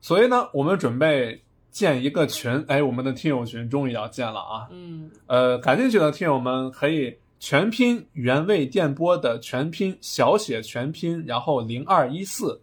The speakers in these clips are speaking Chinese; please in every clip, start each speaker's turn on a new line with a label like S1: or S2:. S1: 所以呢，我们准备建一个群，哎，我们的听友群终于要建了啊！
S2: 嗯，
S1: 呃，感兴趣的听友们可以全拼原味电波的全拼小写全拼，然后零二一四，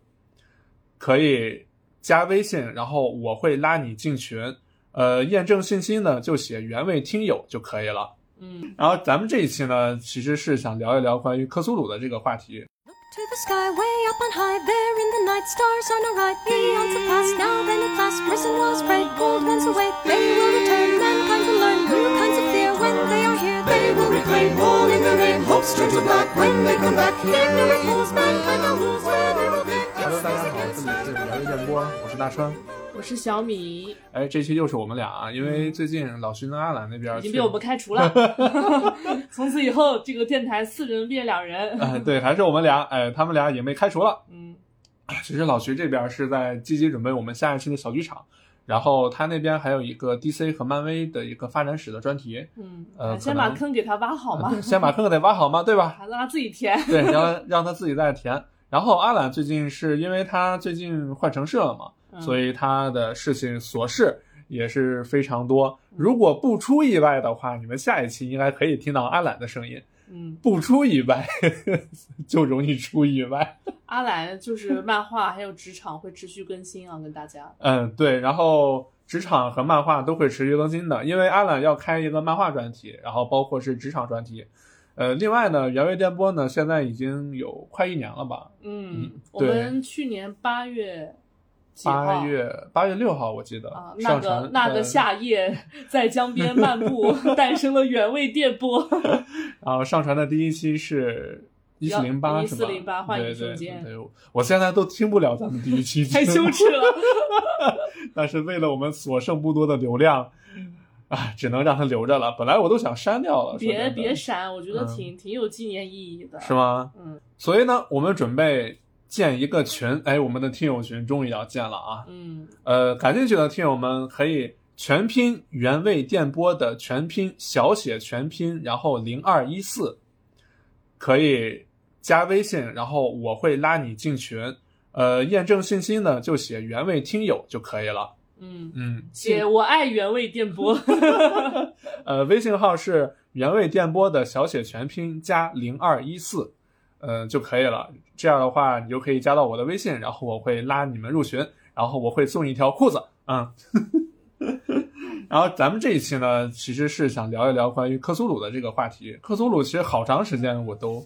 S1: 可以加微信，然后我会拉你进群。呃，验证信息呢就写原味听友就可以了。
S2: 嗯，
S1: 然后咱们这一期呢，其实是想聊一聊关于克苏鲁的这个话题。
S3: Look to the sky, way up on high, there in the night, stars on a right, eons have passed, now then at last, prison walls break, old ones awake, they will return, mankind will learn new kinds of fear, when they are here, they will reclaim all in their name, hopes turn to black, when they come back, ignorant fools, mankind will lose, where they will think,
S1: Hello，大家好，这里是原味电波，我是大川。
S2: 我是小米，
S1: 哎，这期又是我们俩啊，因为最近老徐跟阿兰那边
S2: 嗯已
S1: 去
S2: 经被我们开除 了。从此以后，这个电台四人变两人。
S1: 哎， 对，还是我们俩，哎，他们俩也没开除了。哎
S2: 嗯
S1: 其实老徐这边是在积极准备我们下一期的小剧场，然后他那边还有一个 DC 和漫威的一个发展史的专题，
S2: 嗯，
S1: 呃
S2: 先
S1: 可
S2: 把
S1: 能
S2: 坑给他挖 好嘛，
S1: 先把坑给得挖好嘛，对 吧？
S2: 还让他自己填。
S1: 对，然后让他自己再填。然后阿兰最近是因为他最近换城市了嘛，
S2: 嗯
S1: 所以他的事情琐事也是非常多。
S2: 嗯
S1: 如果不出意外的话，你们下一期应该可以听到阿兰的声音。
S2: 嗯，
S1: 不出意外 就容易出意外。
S2: 阿兰就是漫画还有职场会持续更新啊，跟大家。
S1: 嗯，对。然后职场和漫画都会持续更新的，因为阿懒要开一个漫画专题，然后包括是职场专题。呃，另外呢，原味电波呢，现在已经有快一年了吧？
S2: 嗯
S1: 嗯，
S2: 我们去年八月几号
S1: 八月八月六号我记得、
S2: 啊，那
S1: 上传
S2: 个那个
S1: 呃
S2: 夏夜在江边 漫步，诞生了原味电波。
S1: 然后上传的第一期是一四零八，是吧？
S2: 1408幻影
S1: 对
S2: 瞬
S1: 对
S2: 间
S1: 对，我现在都听不了咱们第一期，
S2: 太羞耻了。
S1: 但是为了我们所剩不多的流量，啊，只能让它留着了。本来我都想删掉了，说
S2: 别
S1: 真的
S2: 别删，我觉得
S1: 嗯
S2: 挺、挺有纪念意义的。
S1: 是？吗？
S2: 嗯
S1: 所以呢，我们准备建一个群，哎，我们的听友群终于要建了啊！
S2: 嗯
S1: 呃，感兴趣的听友们可以全拼原味电波的全拼小写全拼，然后零二一四，可以加微信，然后我会拉你进群。呃，验证信息呢就写原味听友就可以了。
S2: 嗯，
S1: 嗯，
S2: 姐，我爱原味电 波。
S1: 呃，微信号是原味电波的小写全拼加零二一四，呃就可以了。这样的话，你就可以加到我的微信，然后我会拉你们入群，然后我会送你一条裤子，嗯。 然后咱们这一期呢，其实是想聊一聊关于克苏鲁的这个话题。克苏鲁其实好长时间我都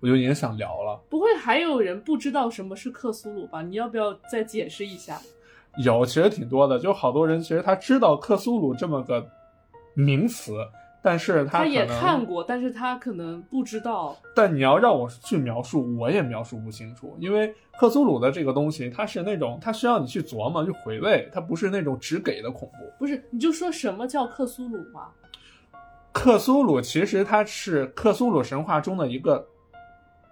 S1: 我就已经想聊了。
S2: 不会还有人不知道什么是克苏鲁吧？你要不要再解释一下？
S1: 有，其实挺多的，就好多人其实他知道克苏鲁这么个名词，但是他
S2: 他也
S1: 可能
S2: 看过，但是他可能不知道。
S1: 但你要让我去描述，我也描述不清楚，因为克苏鲁的这个东西，它是那种它需要你去琢磨、去回味，它不是那种只给的恐怖。
S2: 不是，你就说什么叫克苏鲁嘛？
S1: 克苏鲁其实它是克苏鲁神话中的一个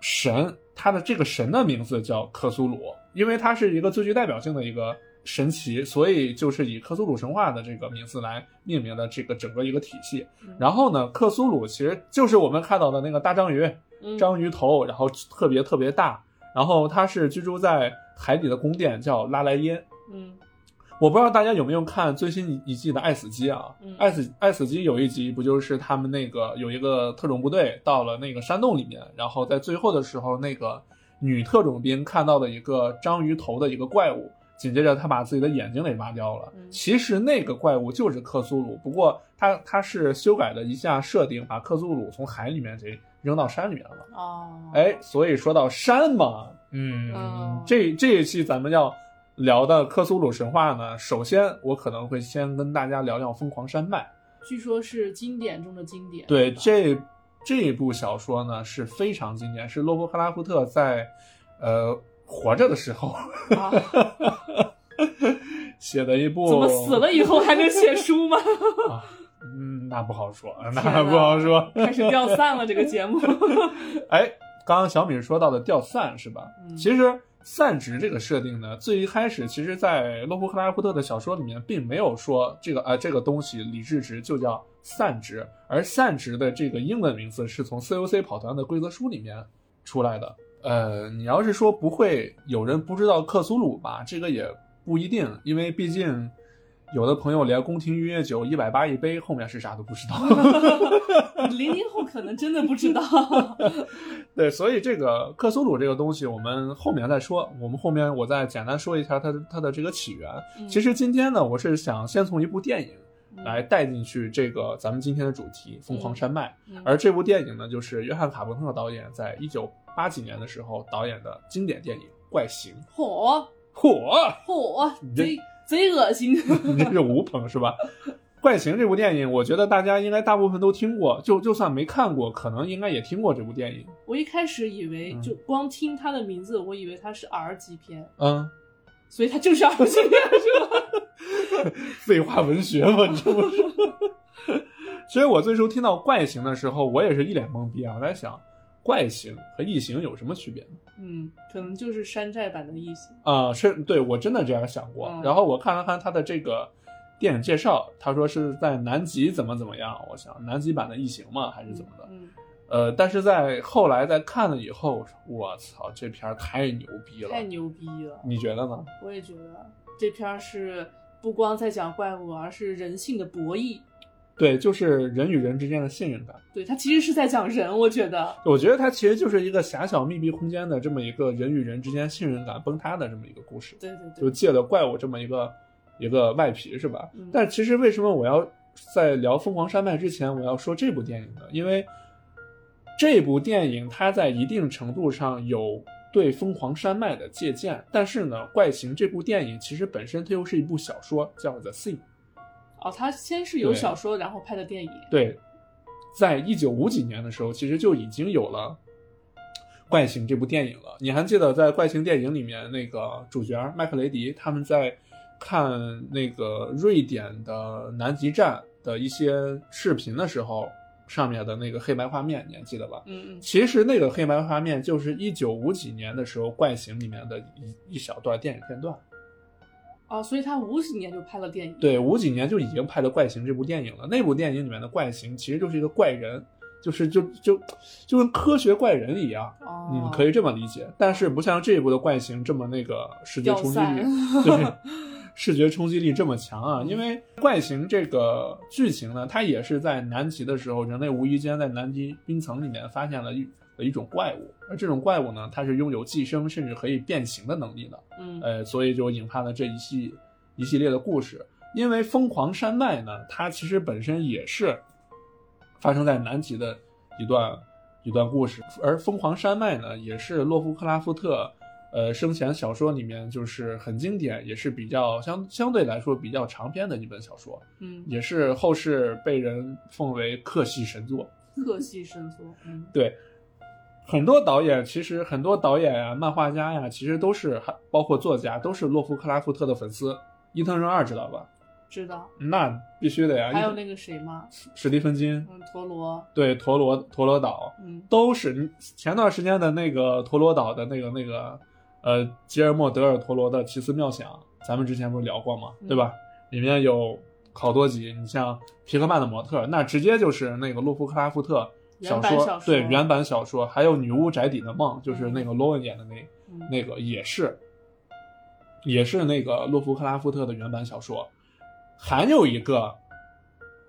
S1: 神，它的这个神的名字叫克苏鲁，因为它是一个最具代表性的一个神奇，所以就是以克苏鲁神话的这个名字来命名的这个整个一个体系。然后呢，克苏鲁其实就是我们看到的那个大章鱼，
S2: 嗯，
S1: 章鱼头，然后特别特别大，然后它是居住在海底的宫殿，叫拉莱耶。
S2: 嗯
S1: 我不知道大家有没有看最新一季的《爱死机》啊？
S2: 嗯
S1: 爱死爱死机》有一集不就是他们那个有一个特种部队到了那个山洞里面，然后在最后的时候，那个女特种兵看到的一个章鱼头的一个怪物，紧接着她把自己的眼睛给挖掉了。
S2: 嗯
S1: 其实那个怪物就是克苏鲁，不过它它是修改了一下设定，把克苏鲁从海里面给扔到山里面了。
S2: 哦，，
S1: 哎，所以说到山嘛，嗯，
S2: 嗯
S1: 这这一期咱们要聊的克苏鲁神话呢，首先我可能会先跟大家聊聊《疯狂山脉》。
S2: 据说是经典中的经典。
S1: 对，
S2: 吧
S1: 这这部小说呢是非常经典，是洛伯克拉夫特在呃活着的时候
S2: 啊，
S1: 写的一部。
S2: 怎么死了以后还能写 书吗？
S1: 啊？嗯，那不好说，
S2: 天哪
S1: 那不好说。
S2: 开始掉散了这个节目。
S1: 哎，刚刚小米说到的掉散是吧？
S2: 嗯
S1: 其实散值这个设定呢，最一开始其实，在洛夫克拉夫特的小说里面，并没有说这个啊、呃这个东西理智值就叫散值，而散值的这个英文名字是从 COC 跑团的规则书里面出来的。呃，你要是说不会有人不知道克苏鲁吧，这个也不一定，因为毕竟有的朋友连宫廷玉液酒一百八一杯后面是啥都不知道。
S2: 零零后可能真的不知道。
S1: 对，所以这个克苏鲁这个东西，我们后面再说。我们后面我再简单说一下它的它的这个起源。
S2: 嗯
S1: 其实今天呢，我是想先从一部电影来，带进去这个咱们今天的主题《疯狂山脉》，
S2: 嗯
S1: 而这部电影呢，就是约翰·卡彭特导演在一九八几年的时候导演的经典电影《怪形》。
S2: 火
S1: 嚯，
S2: 火
S1: 你这
S2: 贼贼恶心。
S1: 你这是无朋是吧？《怪形》这部电影，我觉得大家应该大部分都听过，就就算没看过，可能应该也听过这部电影。
S2: 我一开始以为
S1: 嗯
S2: 就光听它的名字，我以为它是 R 级片，
S1: 嗯，
S2: 所以它就是 R 级片是吧？
S1: 废话文学嘛，这不是。 所以我最初听到《怪形》的时候，我也是一脸懵逼啊！我在想，《怪形》和《异形》有什么区别呢？
S2: 嗯，可能就是山寨版的异形。
S1: 啊、是对我真的这样想过。
S2: 嗯
S1: 然后我看了看他的这个电影介绍，他说是在南极怎么怎么样，我想南极版的《异形》嘛，还是怎么的？
S2: 嗯，
S1: 呃，但是在后来在看了以后，我说我操，这片儿太牛逼
S2: 嗯
S1: 了！嗯
S2: 太牛逼了！
S1: 你觉得呢？
S2: 我也觉得这片儿是不光在讲怪物，而是人性的博弈。
S1: 对，就是人与人之间的信任感。
S2: 对，它其实是在讲人，我觉得。
S1: 我觉得它其实就是一个狭小密闭空间的这么一个人与人之间信任感崩塌的这么一个故事，
S2: 对对
S1: 就
S2: 对，
S1: 借了怪物这么一个一个外皮是吧？
S2: 嗯
S1: 但其实为什么我要在聊《疯狂山脉》之前，我要说这部电影呢？因为这部电影它在一定程度上有对《疯狂山脉》的借鉴，但是呢，《怪形》这部电影其实本身它又是一部小说，叫《The Thing》。
S2: 哦，它先是有
S1: 对
S2: 小说，然后拍的电影。
S1: 对，在一九五几年的时候，其实就已经有了《怪形》这部电影了。你还记得在《怪形》电影里面，那个主角麦克雷迪他们在看那个瑞典的南极站的一些视频的时候，上面的那个黑白画面，你还记得吧？
S2: 嗯嗯
S1: 其实那个黑白画面就是一九五几年的时候《怪形》里面的一一小段电影片段。
S2: 哦，所以他五几年就拍了电影。
S1: 对，五几年就已经拍了《怪形》这部电影了。那部电影里面的怪形其实就是一个怪人，就是就就就跟科学怪人一样，
S2: 哦，
S1: 嗯，可以这么理解。但是不像这一部的怪形这么那个视觉
S2: 掉
S1: 冲击
S2: 散
S1: 力，对，视觉冲击力这么强啊。因为怪形这个剧情呢，它也是在南极的时候，人类无意间在南极冰层里面发现了一的一种怪物，而这种怪物呢，它是拥有寄生甚至可以变形的能力的。
S2: 嗯
S1: 呃，所以就引发了这一系一系列的故事。因为疯狂山脉呢，它其实本身也是发生在南极的一段一段故事，而疯狂山脉呢，也是洛夫克拉夫特呃生前小说里面就是很经典，也是比较相相对来说比较长篇的一本小说，
S2: 嗯，
S1: 也是后世被人奉为克系神作。
S2: 克系伸缩。嗯
S1: 对，很多导演其实很多导演呀、漫画家呀、其实都是还包括作家都是洛夫克拉夫特的粉丝。伊藤润二知道吧？
S2: 知道。
S1: 那必须的呀。
S2: 还有
S1: 伊
S2: 那个谁嘛，
S1: 史蒂芬金，
S2: 嗯，陀螺。
S1: 对陀螺陀螺岛
S2: 嗯
S1: 都是前段时间的那个陀螺岛的那个那个呃吉尔莫·德尔陀螺的《奇思妙想》，咱们之前不是聊过吗？对
S2: 嗯
S1: 吧？里面有好多集，你像皮克曼的模特，那直接就是那个洛夫克拉夫特小
S2: 原
S1: 说，
S2: 版小说
S1: 对原版小说，还有女巫宅邸的梦，就是那个罗文演的那
S2: 嗯
S1: 那个也是，也是那个洛夫克拉夫特的原版小说，还有一个，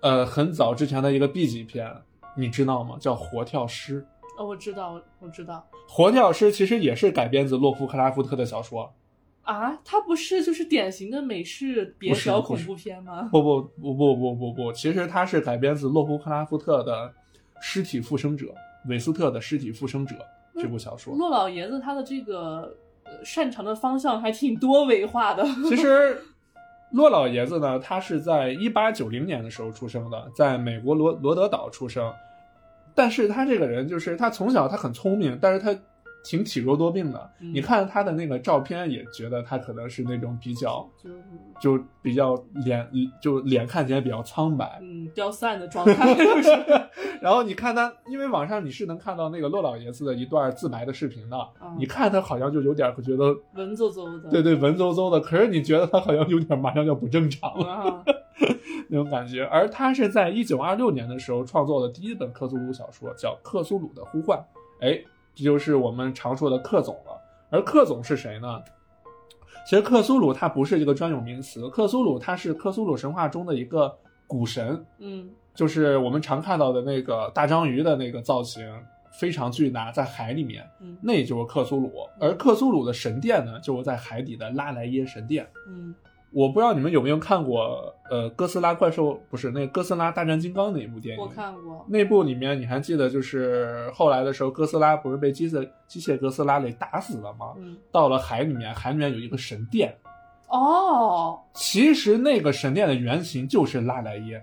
S1: 呃，很早之前的一个 B 级片，你知道吗？叫《活跳尸》。
S2: 哦，我知道，我我知道。
S1: 《活跳尸》其实也是改编自洛夫克拉夫特的小说，
S2: 啊，它不是就是典型的美式蹩
S1: 不是
S2: 脚
S1: 不
S2: 恐
S1: 是
S2: 怖片吗？
S1: 不不不不不不不，其实它是改编自洛夫克拉夫特的《尸体复生者》韦斯特的《尸体复生者》这部小说。
S2: 骆老爷子他的这个呃擅长的方向还挺多维化的。
S1: 其实，骆老爷子呢，他是在一八九零年的时候出生的，在美国罗罗德岛出生。但是他这个人就是他从小他很聪明，但是他挺体弱多病的。
S2: 嗯
S1: 你看他的那个照片，也觉得他可能是那种比较
S2: 就嗯
S1: 就比较脸就脸看起来比较苍白。
S2: 嗯，掉散的状态就是，
S1: 然后你看他，因为网上你是能看到那个骆老爷子的一段自白的视频的，
S2: 嗯
S1: 你看他好像就有点觉得
S2: 文绉绉的。
S1: 对对文绉绉的，可是你觉得他好像有点马上要不正常了。
S2: 啊，
S1: 那种感觉。而他是在一九二六年的时候创作的第一本克苏鲁小说，叫《克苏鲁的呼唤》。哎，这就是我们常说的克总了。而克总是谁呢？其实克苏鲁它不是一个专有名词，克苏鲁它是克苏鲁神话中的一个古神，
S2: 嗯
S1: 就是我们常看到的那个大章鱼的那个造型，非常巨大，在海里面，
S2: 嗯
S1: 那就是克苏鲁。而克苏鲁的神殿呢，就是在海底的拉莱耶神殿。
S2: 嗯
S1: 我不知道你们有没有看过，呃，哥斯拉怪兽不是那个哥斯拉大战金刚那一部电影？
S2: 我看过，
S1: 那部里面你还记得，就是后来的时候，哥斯拉不是被机械机械哥斯拉给打死了吗？
S2: 嗯
S1: 到了海里面，海里面有一个神殿，
S2: 哦，
S1: 其实那个神殿的原型就是拉莱耶。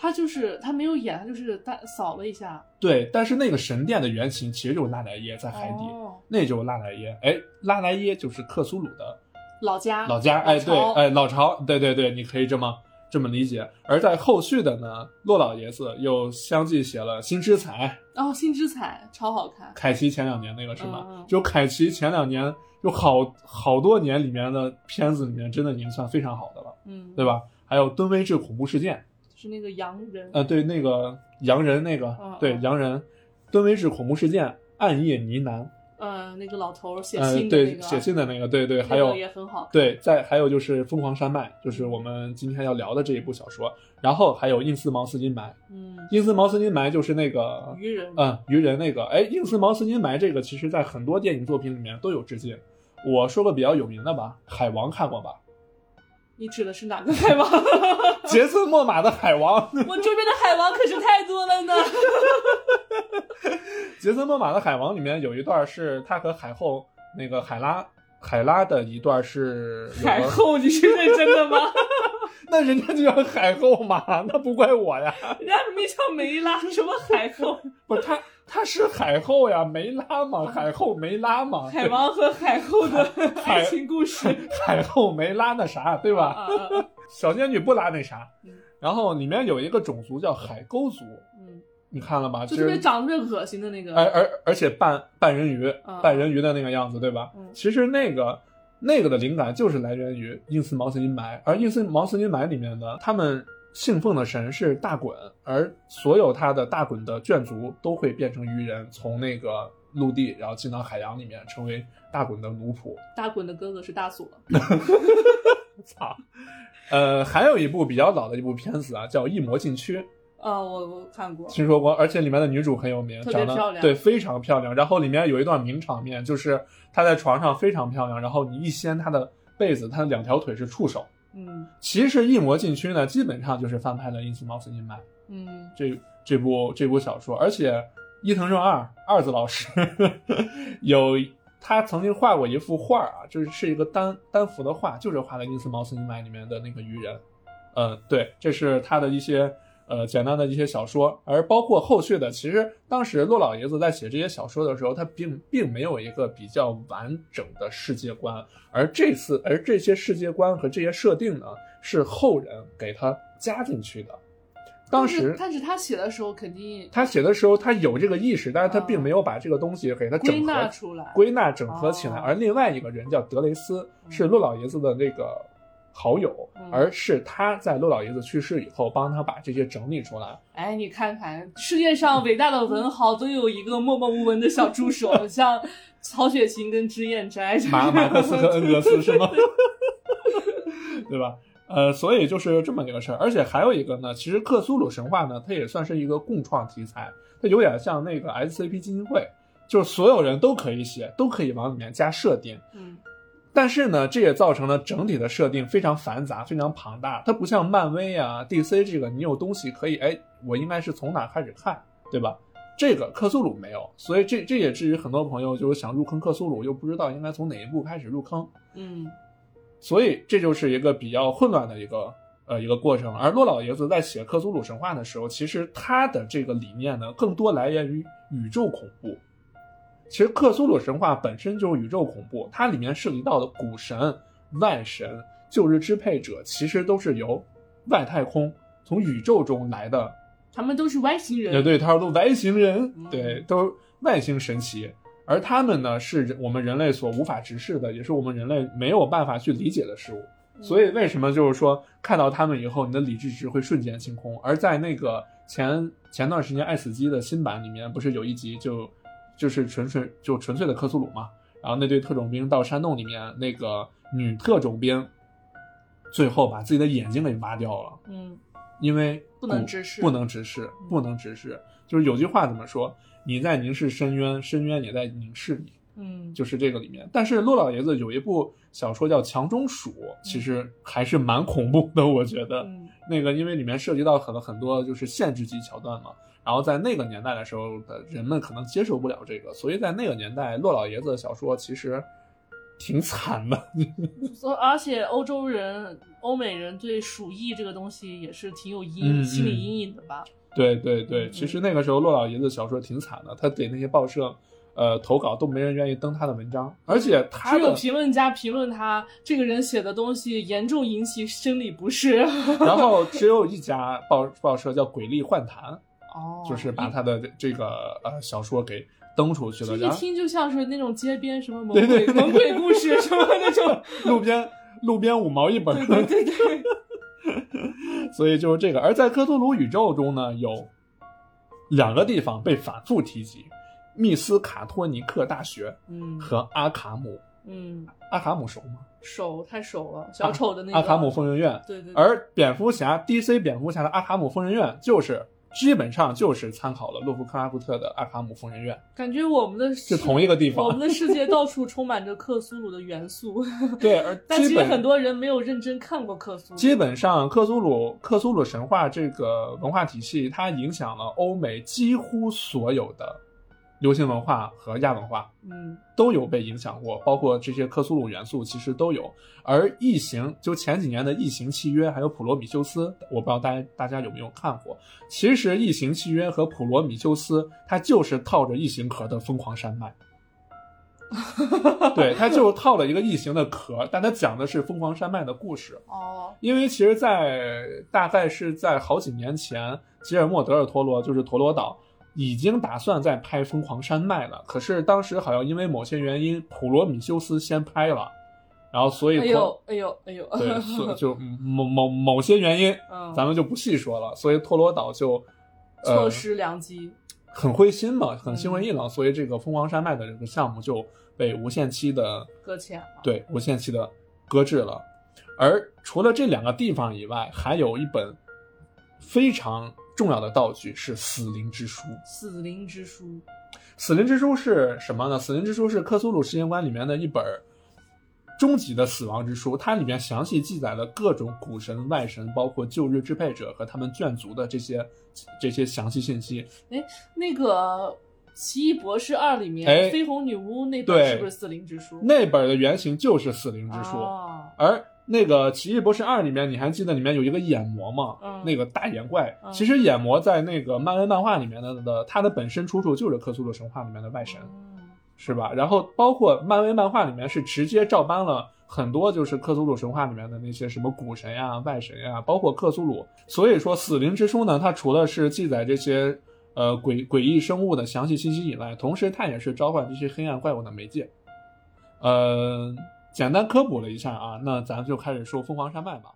S2: 他就是他没有演，他就是大扫了一下
S1: 对，但是那个神殿的原型其实就是拉莱耶，在海底，
S2: 哦、
S1: 那就是拉莱耶。哎，拉莱耶就是克苏鲁的
S2: 老家
S1: 老家，哎，对，
S2: 巢
S1: 哎，老巢，对对对，你可以这么这么理解。而在后续的呢，骆老爷子又相继写了《新之彩》，
S2: 哦，新之彩超好看，
S1: 凯奇前两年那个是吗？
S2: 嗯嗯
S1: 就凯奇前两年有好好多年里面的片子里面，真的已经算非常好的了，
S2: 嗯，
S1: 对吧？还有《敦威治恐怖事件》，
S2: 是那个洋人，
S1: 呃，对，那个洋人那个，
S2: 嗯
S1: 对
S2: 嗯
S1: 洋人，《敦威治恐怖事件》《暗夜呢喃》
S2: 呃，那个老头儿写
S1: 呃，
S2: 信的那
S1: 对，
S2: 个，啊
S1: 写信的那个，对对，
S2: 那个
S1: 还有
S2: 也很好看，
S1: 对，再还有就是《疯狂山脉》，就是我们今天要聊的这一部小说，然后还有《印斯茅斯金埋》，《
S2: 嗯，
S1: 印斯茅斯金埋》就是那个，
S2: 愚人，
S1: 嗯，鱼人那个，哎，《印斯茅斯金埋》这个其实在很多电影作品里面都有致敬。我说个比较有名的吧，《海王》看过吧？
S2: 你指的是哪个海王？
S1: 杰森·莫玛的《海王》，
S2: 我周边的海王可是太多了呢。
S1: 杰森·莫玛的《海王》里面有一段是他和海后那个海拉海拉的一段是有
S2: 海
S1: 个，
S2: 后，你是认真的吗？
S1: 那人家就叫海后嘛，那不怪我呀。
S2: 人家名叫梅拉，什么海后？
S1: 不是他，他是海后呀，梅拉嘛，海后梅拉嘛，
S2: 海王和海后的 爱情故事，
S1: 海后梅拉那啥，对
S2: 啊
S1: 吧？
S2: 啊啊
S1: 小仙女不拉那啥
S2: 嗯，
S1: 然后里面有一个种族叫海沟族，
S2: 嗯，
S1: 你看了吗？其
S2: 就特别
S1: 实，哎
S2: 长得特别恶心的那
S1: 而
S2: 个，
S1: 而而且半半人鱼
S2: 嗯，
S1: 半人鱼的那个样子，对吧
S2: 嗯？
S1: 其实那个。那个的灵感就是来源于《印斯茅斯金埋》，而《印斯茅斯金埋》里面呢，他们信奉的神是大衮，而所有他的大衮的眷族都会变成鱼人，从那个陆地然后进到海洋里面，成为大衮的奴仆。
S2: 大滚的哥哥是大锁，
S1: 操！呃，还有一部比较老的一部片子啊，叫《一魔禁区》，
S2: 啊，我我看过，
S1: 听说过，而且里面的女主很有名，
S2: 特别
S1: 长
S2: 漂
S1: 得
S2: 亮
S1: 对非常漂亮。然后里面有一段名场面，就是她在床上非常漂亮，然后你一掀她的被子，她的两条腿是触手。
S2: 嗯
S1: 其实《一魔禁区》呢，基本上就是翻拍了《印斯茅斯金麦》
S2: 嗯，
S1: 这这部这部小说，而且伊藤润二二子老师 有他曾经画过一幅画啊，就是是一个单单幅的画，就是画的《印斯茅斯金麦》里面的那个鱼人。呃，对，这是他的一些呃简单的一些小说，而包括后续的，其实当时骆老爷子在写这些小说的时候，他并并没有一个比较完整的世界观，而这次而这些世界观和这些设定呢，是后人给他加进去的。当时
S2: 但是但是他写的时候肯定
S1: 他写的时候，他有这个意识，但是他并
S2: 啊
S1: 没有把这个东西给他整
S2: 归纳
S1: 合、
S2: 出来，
S1: 归纳整合起来。
S2: 哦
S1: 而另外一个人叫德雷斯，
S2: 嗯
S1: 是骆老爷子的那个好友，
S2: 嗯
S1: 而是他在骆老爷子去世以后，帮他把这些整理出 来。
S2: 哎，你看看世界上伟大的文豪都有一个默默无闻的小 助手，像曹雪芹跟脂砚斋，就是
S1: 马马克思 和恩格斯是吗？ 对吧？呃，所以就是这么一个事儿，而且还有一个呢，其实克苏鲁神话呢，它也算是一个共创题材，它有点像那个 SCP 基金会，就是所有人都可以写，都可以往里面加设定，
S2: 嗯
S1: 但是呢，这也造成了整体的设定非常繁杂、非常庞大。它不像漫威啊、DC 这个，你有东西可以，哎，我应该是从哪开始看，对吧？这个克苏鲁没有，所以这这也至于很多朋友就是想入坑克苏鲁，又不知道应该从哪一步开始入坑，
S2: 嗯
S1: 所以这就是一个比较混乱的一个呃一个过程。而骆老爷子在写克苏鲁神话的时候，其实他的这个理念呢，更多来源于宇宙恐怖。其实克苏鲁神话本身就是宇宙恐怖，它里面涉及到的古神、外神、旧日支配者，其实都是由外太空从宇宙中来的。
S2: 他们都是外星人，
S1: 也对，他说都外星人
S2: 嗯，
S1: 对，都是外星神奇。而他们呢，是人我们人类所无法直视的，也是我们人类没有办法去理解的事物。
S2: 嗯
S1: 所以为什么就是说看到他们以后，你的理智值会瞬间清空？而在那个前前段时间《爱死机》的新版里面，不是有一集就就是纯粹就纯粹的克苏鲁嘛？然后那队特种兵到山洞里面，那个女特种兵最后把自己的眼睛给挖掉了，
S2: 嗯，
S1: 因为
S2: 不能
S1: 古
S2: 直视嗯
S1: 不能直视，不能直视。就是有句话怎么说？你在凝视深渊，深渊也在凝视你。
S2: 嗯，
S1: 就是这个里面。但是陆老爷子有一部小说叫《强中鼠》，其实还是蛮恐怖的，我觉得。
S2: 嗯
S1: 那个因为里面涉及到很多很多就是限制级桥段嘛，然后在那个年代的时候的人们可能接受不了这个，所以在那个年代，陆老爷子的小说其实挺惨的。
S2: 所以而且欧洲人、欧美人对鼠疫这个东西也是挺有阴、
S1: 嗯嗯
S2: 心理阴影的吧？
S1: 对对对，
S2: 嗯
S1: 其实那个时候陆老爷子小说挺惨的，他给那些报社。呃，投稿都没人愿意登他的文章，而且他
S2: 只有
S1: 的
S2: 评论家评论他这个人写的东西严重引起生理不适。
S1: 然后只有一家报报社叫《鬼力幻谈》，
S2: 哦
S1: 就是把他的这这个呃小说给登出去
S2: 这
S1: 了，
S2: 一
S1: 然后
S2: 听就像是那种街 边什么猛
S1: 对对对
S2: 鬼猛鬼故事什么 那种。
S1: 路边路边五毛一本，
S2: 对对对，
S1: 所以就是这个。而在科图鲁宇宙中呢，有两个地方被反复提及：密斯卡托尼克大学
S2: 嗯
S1: 和阿卡姆。
S2: 嗯，
S1: 阿卡姆熟吗？
S2: 手太手了，小丑的那个
S1: 阿卡姆疯人院。
S2: 对对，对
S1: 而蝙蝠侠 DC 蝙蝠侠的阿卡姆疯人院就是。基本上就是参考了洛夫克拉夫特的《阿卡姆疯人院
S2: 感觉我们的》，
S1: 是
S2: 世
S1: 同一个地方
S2: 我。们的世界到处充满着克苏鲁的元素，
S1: 对，而
S2: 但其
S1: 基
S2: 实
S1: 本
S2: 很多人没有认真看过克苏鲁。
S1: 基本上，克苏鲁克苏鲁神话这个文化体系，它影响了欧美几乎所有的流行文化和亚文化
S2: 嗯
S1: 都有被影响过，包括这些克苏鲁元素其实都有。而《异形》就前几年的《异形契约》，还有《普罗米修斯》，我不知道大家大家有没有看过。其实，《异形契约》和《普罗米修斯》，它就是套着异形壳的疯狂山 脉。对，它就套了一个异形的壳，但它讲的是疯狂山脉的故事。
S2: 哦，
S1: 因为其实在，大概是在好几年前，吉尔莫·德尔托罗就是陀罗岛已经打算在拍《疯狂山脉》了，可是当时好像因为某些原因，普罗米修斯先拍了，然后所以
S2: 哎
S1: 陀、
S2: 呦哎呦哎呦，
S1: 对，所就某某某些原因，
S2: 嗯，
S1: 咱们就不细说了，所以陀罗岛就呃
S2: 错失嗯良机，
S1: 很灰心嘛，很心灰意冷，所以这个《疯狂山脉》的这个项目就被无限期的
S2: 搁浅了。
S1: 对无限期的搁置了。而除了这两个地方以外，还有一本非常重要的道具是死灵之书。
S2: 死灵之书，
S1: 死灵之书是什么呢？死灵之书是克苏鲁实验官里面的一本终极的死亡之书，它里面详细记载了各种古神、外神，包括旧日支配者和他们眷族的这些这些详细信息。
S2: 哎那个《奇异博士二》里面、
S1: 哎
S2: 绯红女巫那
S1: 对
S2: 本是不是死灵之书？
S1: 那本的原型就是死灵之书。
S2: 哦
S1: 而那个《奇异博士二》里面，你还记得里面有一个眼魔吗？
S2: 嗯
S1: 那个大眼怪。
S2: 嗯
S1: 其实眼魔在那个漫威漫画里面的的，它的本身出处就是克苏鲁神话里面的外神，
S2: 嗯
S1: 是吧？然后包括漫威漫画里面是直接照搬了很多就是克苏鲁神话里面的那些什么古神呀、外神呀，包括克苏鲁。所以说，《死灵之书》呢，它除了是记载这些。呃，诡诡异生物的详细信息以外，同时它也是召唤这些黑暗怪物的媒介。呃，简单科普了一下啊，那咱就开始说凤凰山脉吧。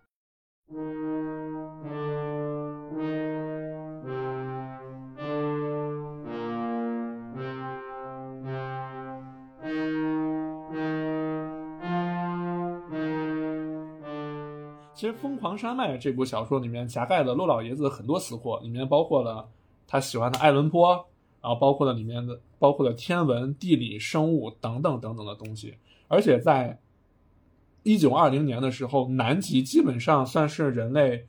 S1: 其实《疯狂山脉》这部小说里面夹带了陆老爷子很多私货，里面包括了他喜欢的爱伦坡，然后包括了里面的包括了天文、地理、生物等等等等的东西。而且在一九二零年的时候，南极基本上算是人类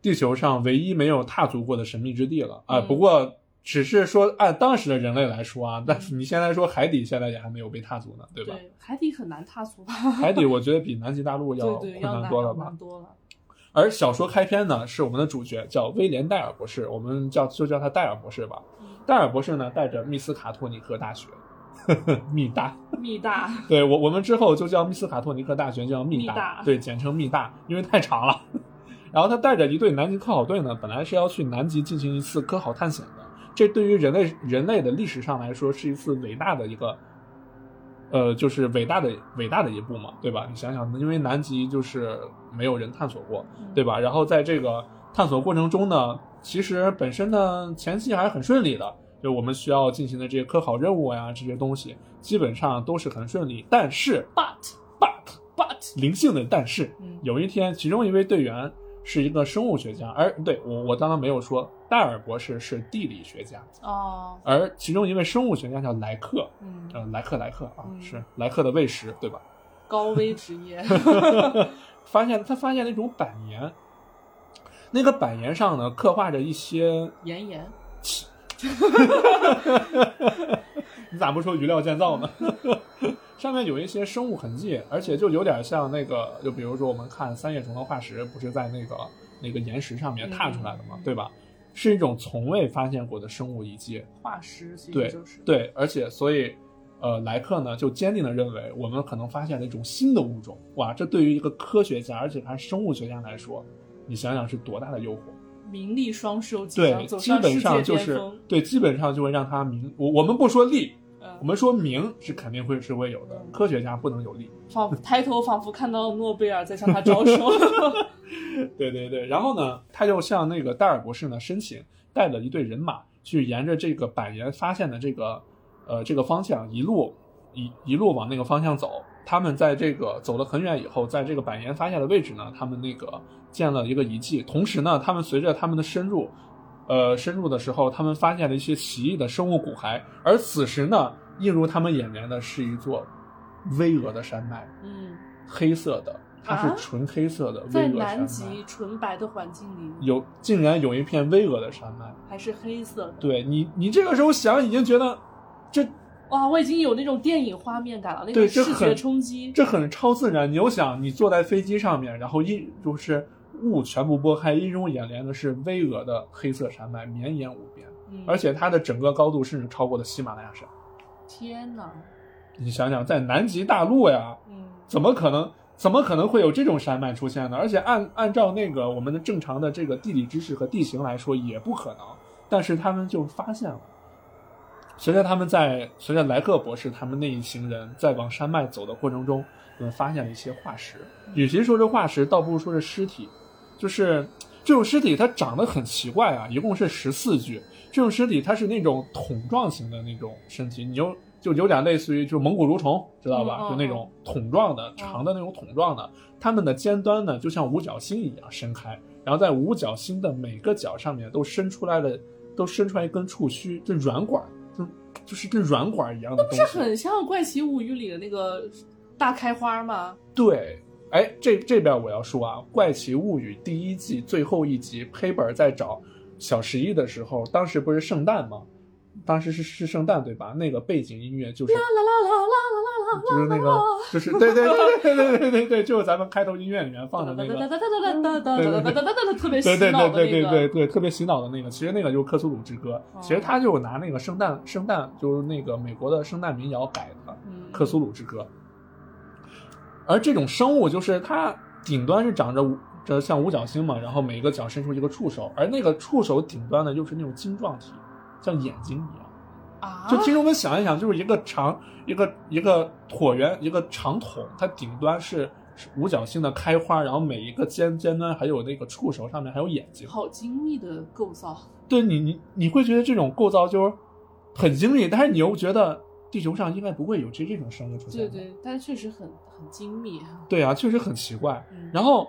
S1: 地球上唯一没有踏足过的神秘之地了啊、
S2: 嗯
S1: 不过，只是说按当时的人类来说啊，但是你现在说海底现在也还没有被踏足呢，对吧？
S2: 对，海底很难踏足吧？
S1: 海底我觉得比南极大陆要困
S2: 对对，要
S1: 难
S2: 难
S1: 多了
S2: 要
S1: 吧
S2: 难。多了。
S1: 而小说开篇呢，是我们的主角叫威廉戴尔博士，我们叫就叫他戴尔博士吧。
S2: 嗯
S1: 戴尔博士呢，带着密斯卡托尼克大学， 密大，
S2: 密大，
S1: 对我我们之后就叫密斯卡托尼克大学叫密大，
S2: 密大
S1: 对，简称密大，因为太长了。然后他带着一队南极科考队呢，本来是要去南极进行一次科考探险的，这对于人类人类的历史上来说是一次伟大的一个，呃，就是伟大的伟大的一步嘛，对吧？你想想，因为南极就是没有人探索过，
S2: 嗯
S1: 对？吧？然后在这个探索过程中呢，其实本身呢前期还是很顺利的，就我们需要进行的这些科考任务呀、这些东西，基本上都是很顺利。但是
S2: But
S1: ，but
S2: but，
S1: 灵性的但是，
S2: 嗯
S1: 有一天，其中一位队员是一个生物学家，而对我我刚刚没有说，戴尔博士是地理学家，
S2: 哦，
S1: 而其中一位生物学家叫莱克，
S2: 嗯，
S1: 呃，莱克莱克啊，
S2: 嗯
S1: 是莱克的喂食，对吧？
S2: 高危职 业，
S1: 发现他发现了一种板岩，那个板岩上呢刻画着一些，
S2: 岩岩，
S1: 你咋不说鱼料建造呢？ 上面有一些生物痕迹，而且就有点像那个，就比如说我们看三叶虫的化石，不是在那个那个岩石上面踏出来的嘛，
S2: 嗯
S1: 对吧？是一种从未发现过的生物遗迹，
S2: 化石其
S1: 对
S2: 实就是，
S1: 对，而且所以，呃，莱克呢就坚定的认为我们可能发现了一种新的物种，哇，这对于一个科学家，而且还是生物学家来说，你想想是多大的诱惑？
S2: 名利双收，即
S1: 对
S2: 将，走
S1: 基本
S2: 世界
S1: 上就
S2: 巅
S1: 是
S2: 峰，
S1: 对，基本上就会让他明，我我们不说利，我
S2: 嗯，
S1: 们说明是肯定会是会有的，科学家不能有利。
S2: 仿抬头仿佛看到诺贝尔在向他招 手，
S1: 对对对，然后呢，他就向那个戴尔博士呢申请，带了一队人马去沿着这个板岩发现的这个呃这个方向一路一一路往那个方向走。他们在这个走了很远以后，在这个板岩发现的位置呢，他们那个建了一个遗迹。同时呢，他们随着他们的深入，呃深入的时候，他们发现了一些奇异的生物骨骸。而此时呢，映入他们眼帘的是一座巍峨的山脉，
S2: 嗯，
S1: 黑色的，它
S2: 啊
S1: 是纯黑色的巍
S2: 在
S1: 峨山脉。
S2: 南极纯白的环境里，
S1: 有竟然有一片巍峨的山脉。
S2: 还是黑色的，
S1: 对你，你这个时候想已经觉得这
S2: 哇，我已经有那种电影画面感了，那
S1: 对这
S2: 种视
S1: 很
S2: 觉冲击，
S1: 这很超自然。你又想你坐在飞机上面，然后一就是雾全部拨开，映入眼帘的是巍峨的黑色山脉，绵延无边，
S2: 嗯
S1: 而且它的整个高度甚至超过了喜马拉雅山。
S2: 天哪，
S1: 你想想，在南极大陆呀，
S2: 嗯，
S1: 怎么可能？怎么可能会有这种山脉出现呢？而且按按照那个我们的正常的这个地理知识和地形来说，也不可能。但是他们就发现了，随着他们在随着莱克博士他们那一行人在往山脉走的过程中，我们发现了一些化石。与其说是化石，倒不如说是尸体。就是这种尸体，它长得很奇怪啊，一共是十四具。这种尸体它是那种桶状型的那种身体，你就就有点类似于就是蒙古蠕虫，知道吧？
S2: 嗯嗯
S1: 就那种桶状的、
S2: 嗯
S1: 长的那种桶状的，它们的尖端呢就像五角星一样伸开，然后在五角星的每个角上面都伸出来了，都伸出来一根触须，就软管，就就是跟软管一样的东西。
S2: 这很像《怪奇物语》里的那个大开花吗？
S1: 对，哎，这这边我要说啊，《怪奇物语》第一季最后一集，黑本在找小十一的时候，当时不是圣诞吗？当时是是圣诞对吧？那个背景音乐就是
S2: 啦啦啦啦啦啦啦。
S1: 就是那个就是对对对对对对对对，就是咱们开头音乐里面放的那个
S2: 哒哒哒哒哒哒哒哒哒哒，特别洗
S1: 对对
S2: 脑
S1: 对
S2: 的
S1: 对
S2: 那
S1: 对对
S2: 个。嗯哦
S1: 对，特别洗脑的那个，其实那个就是克苏鲁之歌，其实他就是拿那个圣诞圣诞就是那个美国的圣诞民谣改的，克苏鲁之歌。而这种生物就是它顶端是长着五这像五角星嘛，然后每一个角伸出一个触手，而那个触手顶端呢又是那种晶状体，像眼睛一样。
S2: 啊，
S1: 就听众们想一想，就是一个长一个一个椭圆一个长筒，它顶端是是五角星的开花，然后每一个尖尖端还有那个触手上面还有眼睛。
S2: 好精密的构造。
S1: 对你你你会觉得这种构造就是很精密，但是你又觉得地球上应该不会有这这种生物出现
S2: 对
S1: 的。
S2: 对，但是确实很很精密。
S1: 对啊，确实很奇怪。
S2: 嗯
S1: 然后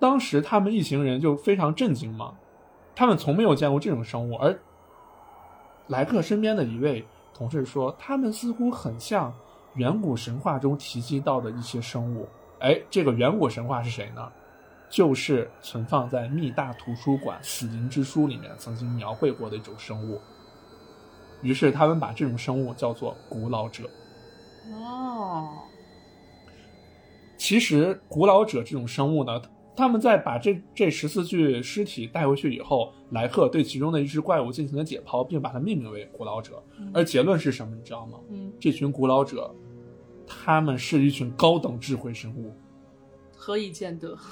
S1: 当时他们一行人就非常震惊嘛，他们从没有见过这种生物。而莱克身边的一位同事说，他们似乎很像远古神话中提及到的一些生物。哎，这个远古神话是谁呢？就是存放在密大图书馆《死灵之书》里面曾经描绘过的一种生物。于是他们把这种生物叫做古老者。
S2: 哦，
S1: 其实古老者这种生物呢，他们在把这这十四具尸体带回去以后，莱克对其中的一只怪物进行了解剖，并把它命名为古老者。而结论是什么，你知道吗？
S2: 嗯，
S1: 这群古老者，他们是一群高等智慧生物，
S2: 何以见得？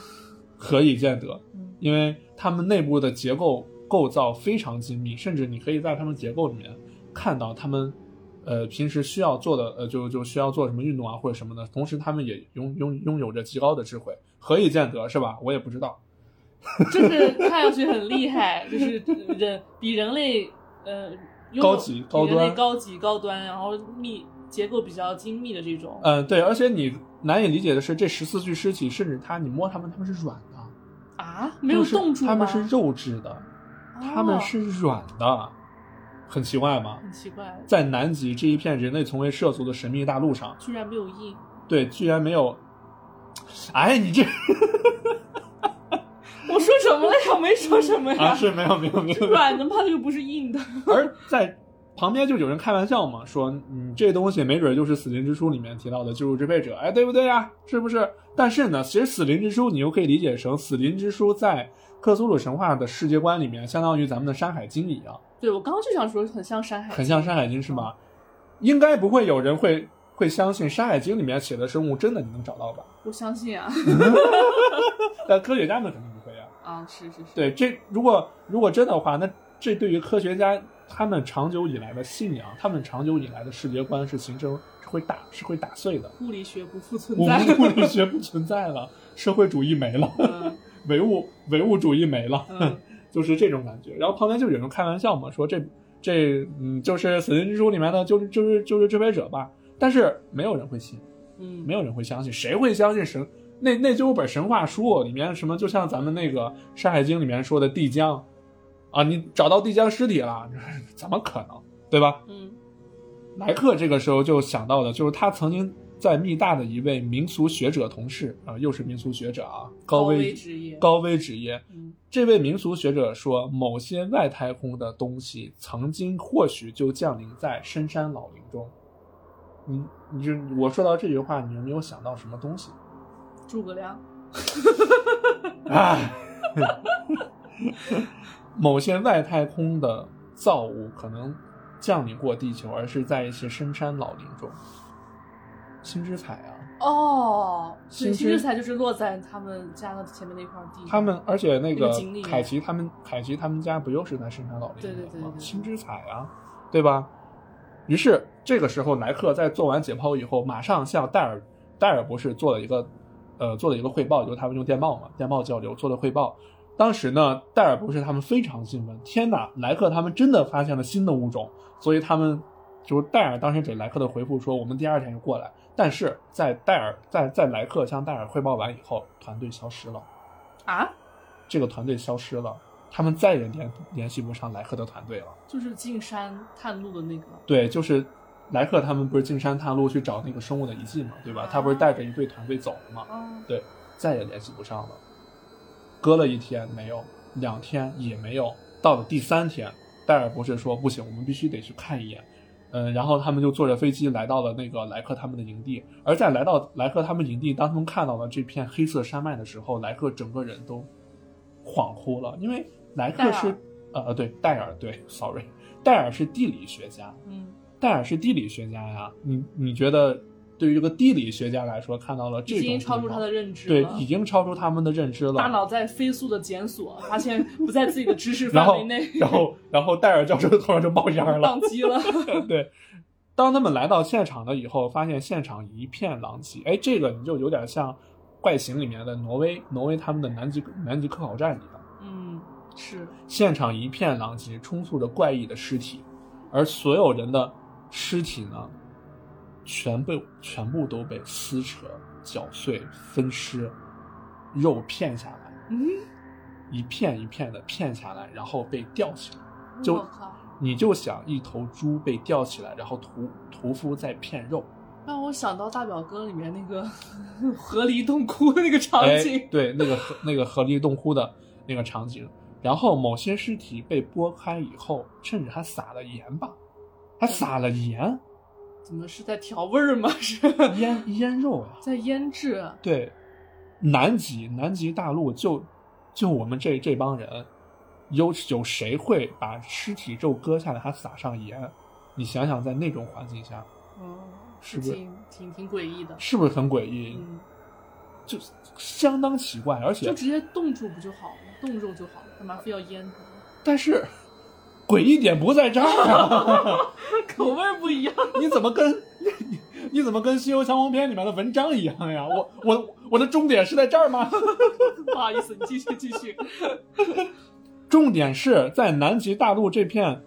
S1: 何以见得？
S2: 嗯
S1: 因为他们内部的结构构造非常精密，甚至你可以在他们结构里面看到他们，呃，平时需要做的，呃，就就需要做什么运动啊或者什么的。同时，他们也拥拥拥有着极高的智慧，何以见得是吧？我也不知道。
S2: 就是看上去很厉害，就是人比人类呃拥有
S1: 高级高端
S2: 比人类高级高端，然后密结构比较精密的这种。
S1: 嗯、对，而且你难以理解的是，这十四具尸体，甚至它，你摸它们，它们是软的，
S2: 啊，没
S1: 它们
S2: 有
S1: 是
S2: 冻住吗？哦
S1: 它们是肉质的，它们是软的，很奇怪
S2: 哦
S1: 吗？
S2: 很奇怪，
S1: 在南极这一片人类从未涉足的神秘大陆上，
S2: 居然没有印。
S1: 对，居然没有。哎，你这
S2: 我说什么了呀？我没说什么呀。
S1: 啊 是没有没有没有，
S2: 软的嘛，这个不是硬的。
S1: 而在旁边就有人开玩笑嘛，说你这东西没准就是《死灵之书》里面提到的救赎支配者，哎，对不对呀、是不是？但是呢，其实《死灵之书》你又可以理解成，《死灵之书》在克苏鲁神话的世界观里面，相当于咱们的《山海经》一样，
S2: 对，我刚刚就想说很像山海，
S1: 很像《山海经》是吧？应该不会有人会会相信《山海经》里面写的生物真的你能找到吧？
S2: 我相 信啊。
S1: 但科学家们肯定不会呀、
S2: 啊，是是是。
S1: 对，这如果如果真的话，那这对于科学家他们长久以来的信仰，他们长久以来的世界观是形成是会打是会打碎的。
S2: 物理学不复存
S1: 我
S2: 在
S1: 们。的物 理学不存在了，社会主义没了，
S2: 嗯
S1: 唯物唯物主义没了，
S2: 嗯，
S1: 就是这种感觉。然后旁边就有人开玩笑嘛，说这这嗯就是《死神之书》里面的就是就是就是支配者吧，但是没有人会信。
S2: 嗯，
S1: 没有人会相信，谁会相信神？那那就有本神话书，里面什么就像咱们那个《山海经》里面说的帝江，啊，你找到帝江尸体了， 怎么可能，对吧？
S2: 嗯
S1: 莱克这个时候就想到的就是他曾经在密大的一位民俗学者同事啊、又是民俗学者啊，高危
S2: 职业。
S1: 高危职业。
S2: 嗯
S1: 这位民俗学者说，某些外太空的东西曾经或许就降临在深山老林中。你你就我说到这句话，你有没有想到什么东西？
S2: 诸葛亮。
S1: 唉， 某些外太空的造物可能降临过地球，而是在一些深山老林中。星之彩啊，
S2: 哦，
S1: 新
S2: 对，其
S1: 之
S2: 实才就是落在他们家的前面那块地。
S1: 他们而且那
S2: 嗯那
S1: 个
S2: 个锦鲤
S1: 凯奇他们，凯奇他们家不又是在深山老林
S2: 对
S1: 里
S2: 对
S1: 面
S2: 对
S1: 吗
S2: 对？对
S1: 星之彩啊，对吧？于是这个时候，莱克在做完解剖以后，马上向戴尔戴尔博士做了一个呃做了一个汇报，就是他们用电报嘛，电报交流做了汇报。当时呢，戴尔博士他们非常兴奋，天哪，莱克他们真的发现了新的物种，所以他们就是戴尔当时给莱克的回复说，我们第二天就过来。但是在戴尔在在莱克向戴尔汇报完以后，团队消失了。
S2: 啊，
S1: 这个团队消失了，他们再也联联系不上莱克的团队了。
S2: 就是进山探路的那个。
S1: 对，就是莱克他们不是进山探路去找那个生物的遗迹嘛，对吧
S2: 啊？
S1: 他不是带着一队团队走了嘛，
S2: 哦，
S1: 再也联系不上了。隔了一天没有，两天也没有，到了第三天，戴尔博士说不行，我们必须得去看一眼。嗯，然后他们就坐着飞机来到了那个莱克他们的营地。而在来到莱克他们营地，当他们看到了这片黑色山脉的时候，莱克整个人都恍惚了，因为莱克是呃对戴尔对，sorry，戴尔是地理学家，
S2: 嗯，
S1: 戴尔是地理学家呀。你你觉得对于一个地理学家来说，看到了这
S2: 已
S1: 种
S2: 经超
S1: 地
S2: 出
S1: 貌
S2: 他的认知
S1: 对
S2: 了，
S1: 已经超出他们的认知了。
S2: 大脑在飞速的检索，发现不在自己的知识
S1: 然
S2: 范围
S1: 后
S2: 内，，
S1: 然后，然后戴尔教授突然就冒烟了。
S2: 宕机了。
S1: 对，当他们来到现场了以后，发现现场一片狼藉。哎，这个你就有点像《怪形》里面的挪威，挪威他们的南极南极科考站一样，
S2: 嗯，是
S1: 现场一片狼藉，充斥着怪异的尸体，而所有人的尸体呢，全被全部都被撕扯、绞碎、分尸，肉片下来。
S2: 嗯，
S1: 一片一片的片下来，然后被吊起来。就
S2: 我靠，
S1: 你就想一头猪被吊起来，然后屠屠夫在片肉。
S2: 让我想到大表哥里面那个 河狸洞窟的那个 场
S1: 哎
S2: 景，。
S1: 对，那个河那个河狸洞窟的那个场景。然后某些尸体被剥开以后，甚至还撒了盐吧，还撒了盐，
S2: 怎么是在调味儿吗？ 是
S1: 腌腌肉啊。
S2: 在腌制？
S1: 对，南极南极大陆就就我们这这帮人，有有谁会把尸体肉割下来还撒上盐？你想想，在那种环境下，
S2: 嗯，
S1: 是不是
S2: 挺挺挺诡异的。
S1: 是不是很诡异？
S2: 嗯，
S1: 就相当奇怪，而且
S2: 就直接冻住不就好了吗？冻肉就好了，干嘛非要腌它？
S1: 但是诡异点不在这儿啊！
S2: 口味儿不一样。
S1: 你怎么跟 你你你怎么跟《西游降魔篇》里面的文章一样呀？我我我的重点是在这儿吗？
S2: 不好意思，你继续继续。
S1: 重点是在南极大陆这片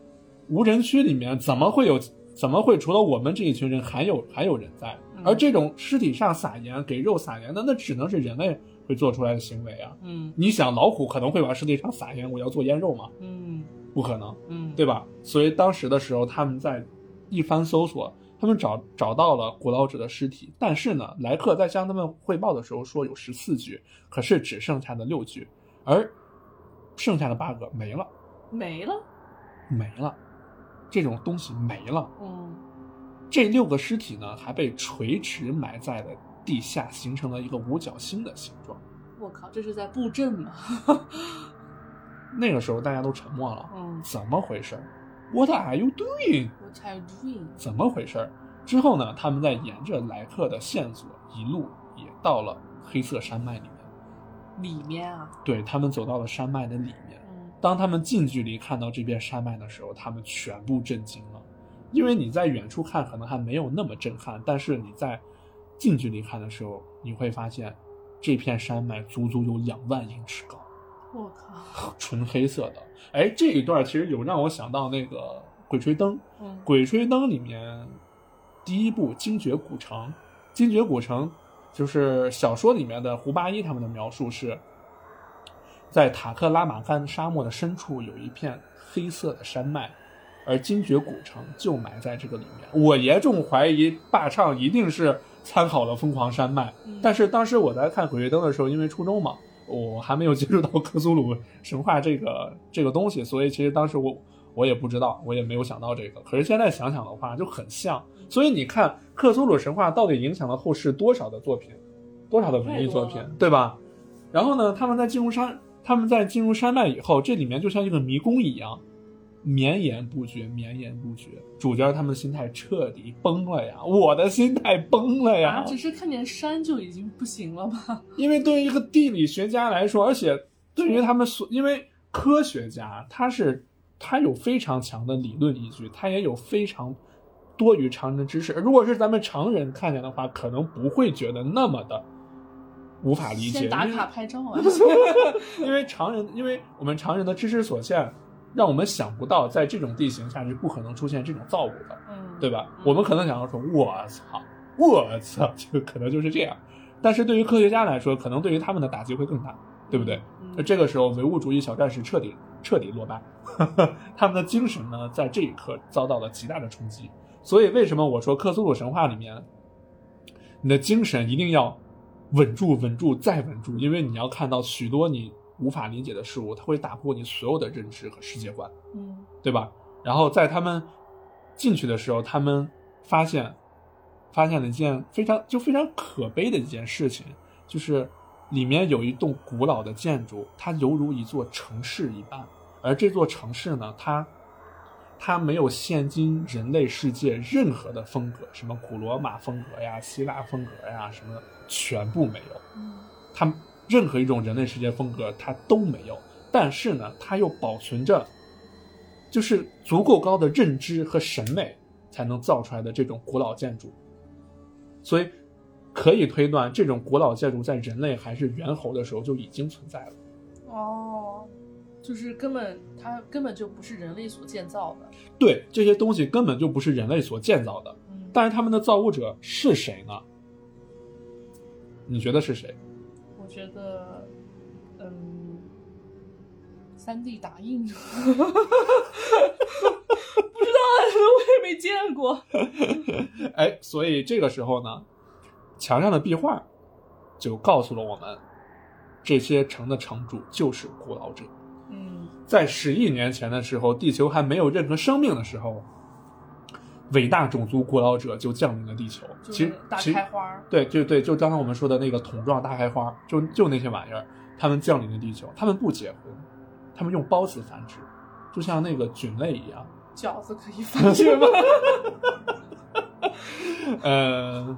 S1: 无人区里面怎么会有？怎么会除了我们这一群人还有还有人在？
S2: 嗯
S1: 而这种尸体上撒盐、给肉撒盐的，那只能是人类会做出来的行为啊！
S2: 嗯
S1: 你想，老虎可能会往尸体上撒盐，我要做腌肉吗？
S2: 嗯
S1: 不可能，
S2: 嗯，
S1: 对吧？所以当时的时候，他们在一番搜索，他们找找到了古老者的尸体，但是呢，莱克在向他们汇报的时候说有十四具，可是只剩下的六具，而剩下的八个没了，
S2: 没了。
S1: 没了，这种东西没了。
S2: 嗯
S1: 这六个尸体呢，还被垂直埋在了地下，形成了一个五角星的形状。，
S2: 我靠，这是在布阵吗？
S1: 那个时候大家都沉默了，
S2: 嗯
S1: 怎么回事？What are you doing？
S2: ，What are you doing？
S1: 怎么回事？之后呢，他们在沿着莱克的线索一路也到了黑色山脉里面。
S2: 里面啊，
S1: 对他们走到了山脉的里面。
S2: 嗯
S1: 当他们近距离看到这片山脉的时候，他们全部震惊了，因为你在远处看可能还没有那么震撼，但是你在近距离看的时候，你会发现这片山脉足足有两万英尺高，
S2: 我靠，
S1: 纯黑色的。哎，这一段其实有让我想到那个《鬼吹灯》，《
S2: 嗯
S1: 鬼吹灯》里面第一部《精绝古城》，《精绝古城》就是小说里面的胡八一他们的描述是，在塔克拉玛干沙漠的深处有一片黑色的山脉，而精绝古城就埋在这个里面。我严重怀疑霸唱一定是参考了《疯狂山脉》
S2: 嗯
S1: 但是当时我在看《鬼吹灯》的时候，因为初中嘛，我还没有接触到克苏鲁神话这个这个东西，所以其实当时我我也不知道，我也没有想到这个。可是现在想想的话，就很像。所以你看，克苏鲁神话到底影响了后世多少的作品，多少的文艺作品
S2: 太多了，
S1: 对吧？然后呢，他们在进入山，他们在进入山脉以后，这里面就像一个迷宫一样，绵延不绝，绵延不绝。主角他们心态彻底崩了呀，我的心态崩了呀。
S2: 啊，只是看见山就已经不行了吧？
S1: 因为对于一个地理学家来说，而且对于他们所，因为科学家他是他有非常强的理论依据，他也有非常多于常人的知识。如果是咱们常人看见的话，可能不会觉得那么的无法理解
S2: 先，打
S1: 因为
S2: 卡拍照啊！
S1: 因为常人，因为我们常人的知识所限，让我们想不到在这种地形下是不可能出现这种造物的。
S2: 嗯，
S1: 对吧？
S2: 嗯
S1: 我们可能想要说，我操，我操，就可能就是这样。但是对于科学家来说，可能对于他们的打击会更大，对不对？
S2: 嗯？
S1: 那这个时候，唯物主义小战士彻底彻底落败， 他们的精神呢，在这一刻遭到了极大的冲击。所以，为什么我说克苏鲁神话里面，你的精神一定要稳住、稳住再稳住，因为你要看到许多你无法理解的事物，它会打破你所有的认知和世界观。
S2: 嗯
S1: 对吧？然后在他们进去的时候，他们发现发现了一件非常就非常可悲的一件事情，就是里面有一栋古老的建筑，它犹如一座城市一般，而这座城市呢，它它没有现今人类世界任何的风格，什么古罗马风格呀、希腊风格呀什么的，全部没有。
S2: 嗯
S1: 它任何一种人类世界风格它都没有，但是呢，它又保存着就是足够高的认知和审美才能造出来的这种古老建筑，所以可以推断这种古老建筑在人类还是猿猴的时候就已经存在了。
S2: 哦，就是根本它根本就不是人类所建造的。
S1: 对，这些东西根本就不是人类所建造的，
S2: 嗯，
S1: 但是他们的造物者是谁呢？你觉得是谁？
S2: 我觉得，嗯，三 D 打印，不知道，啊 我也没 见过。
S1: 哎，所以这个时候呢，墙上的壁画就告诉了我们，这些城的城主就是古老者。
S2: 嗯
S1: 在十亿年前的时候，地球还没有任何生命的时候，伟大种族古老者就降临了地球。
S2: 就
S1: 其
S2: 是
S1: 实，
S2: 大
S1: 其实
S2: 开花儿。
S1: 对，就对，就刚才我们说的那个桶状大开花，就就那些玩意儿，他们降临了地球。他们不结婚，他们用孢子繁殖，就像那个菌类一样。
S2: 饺子可以放 去吗？
S1: 呃，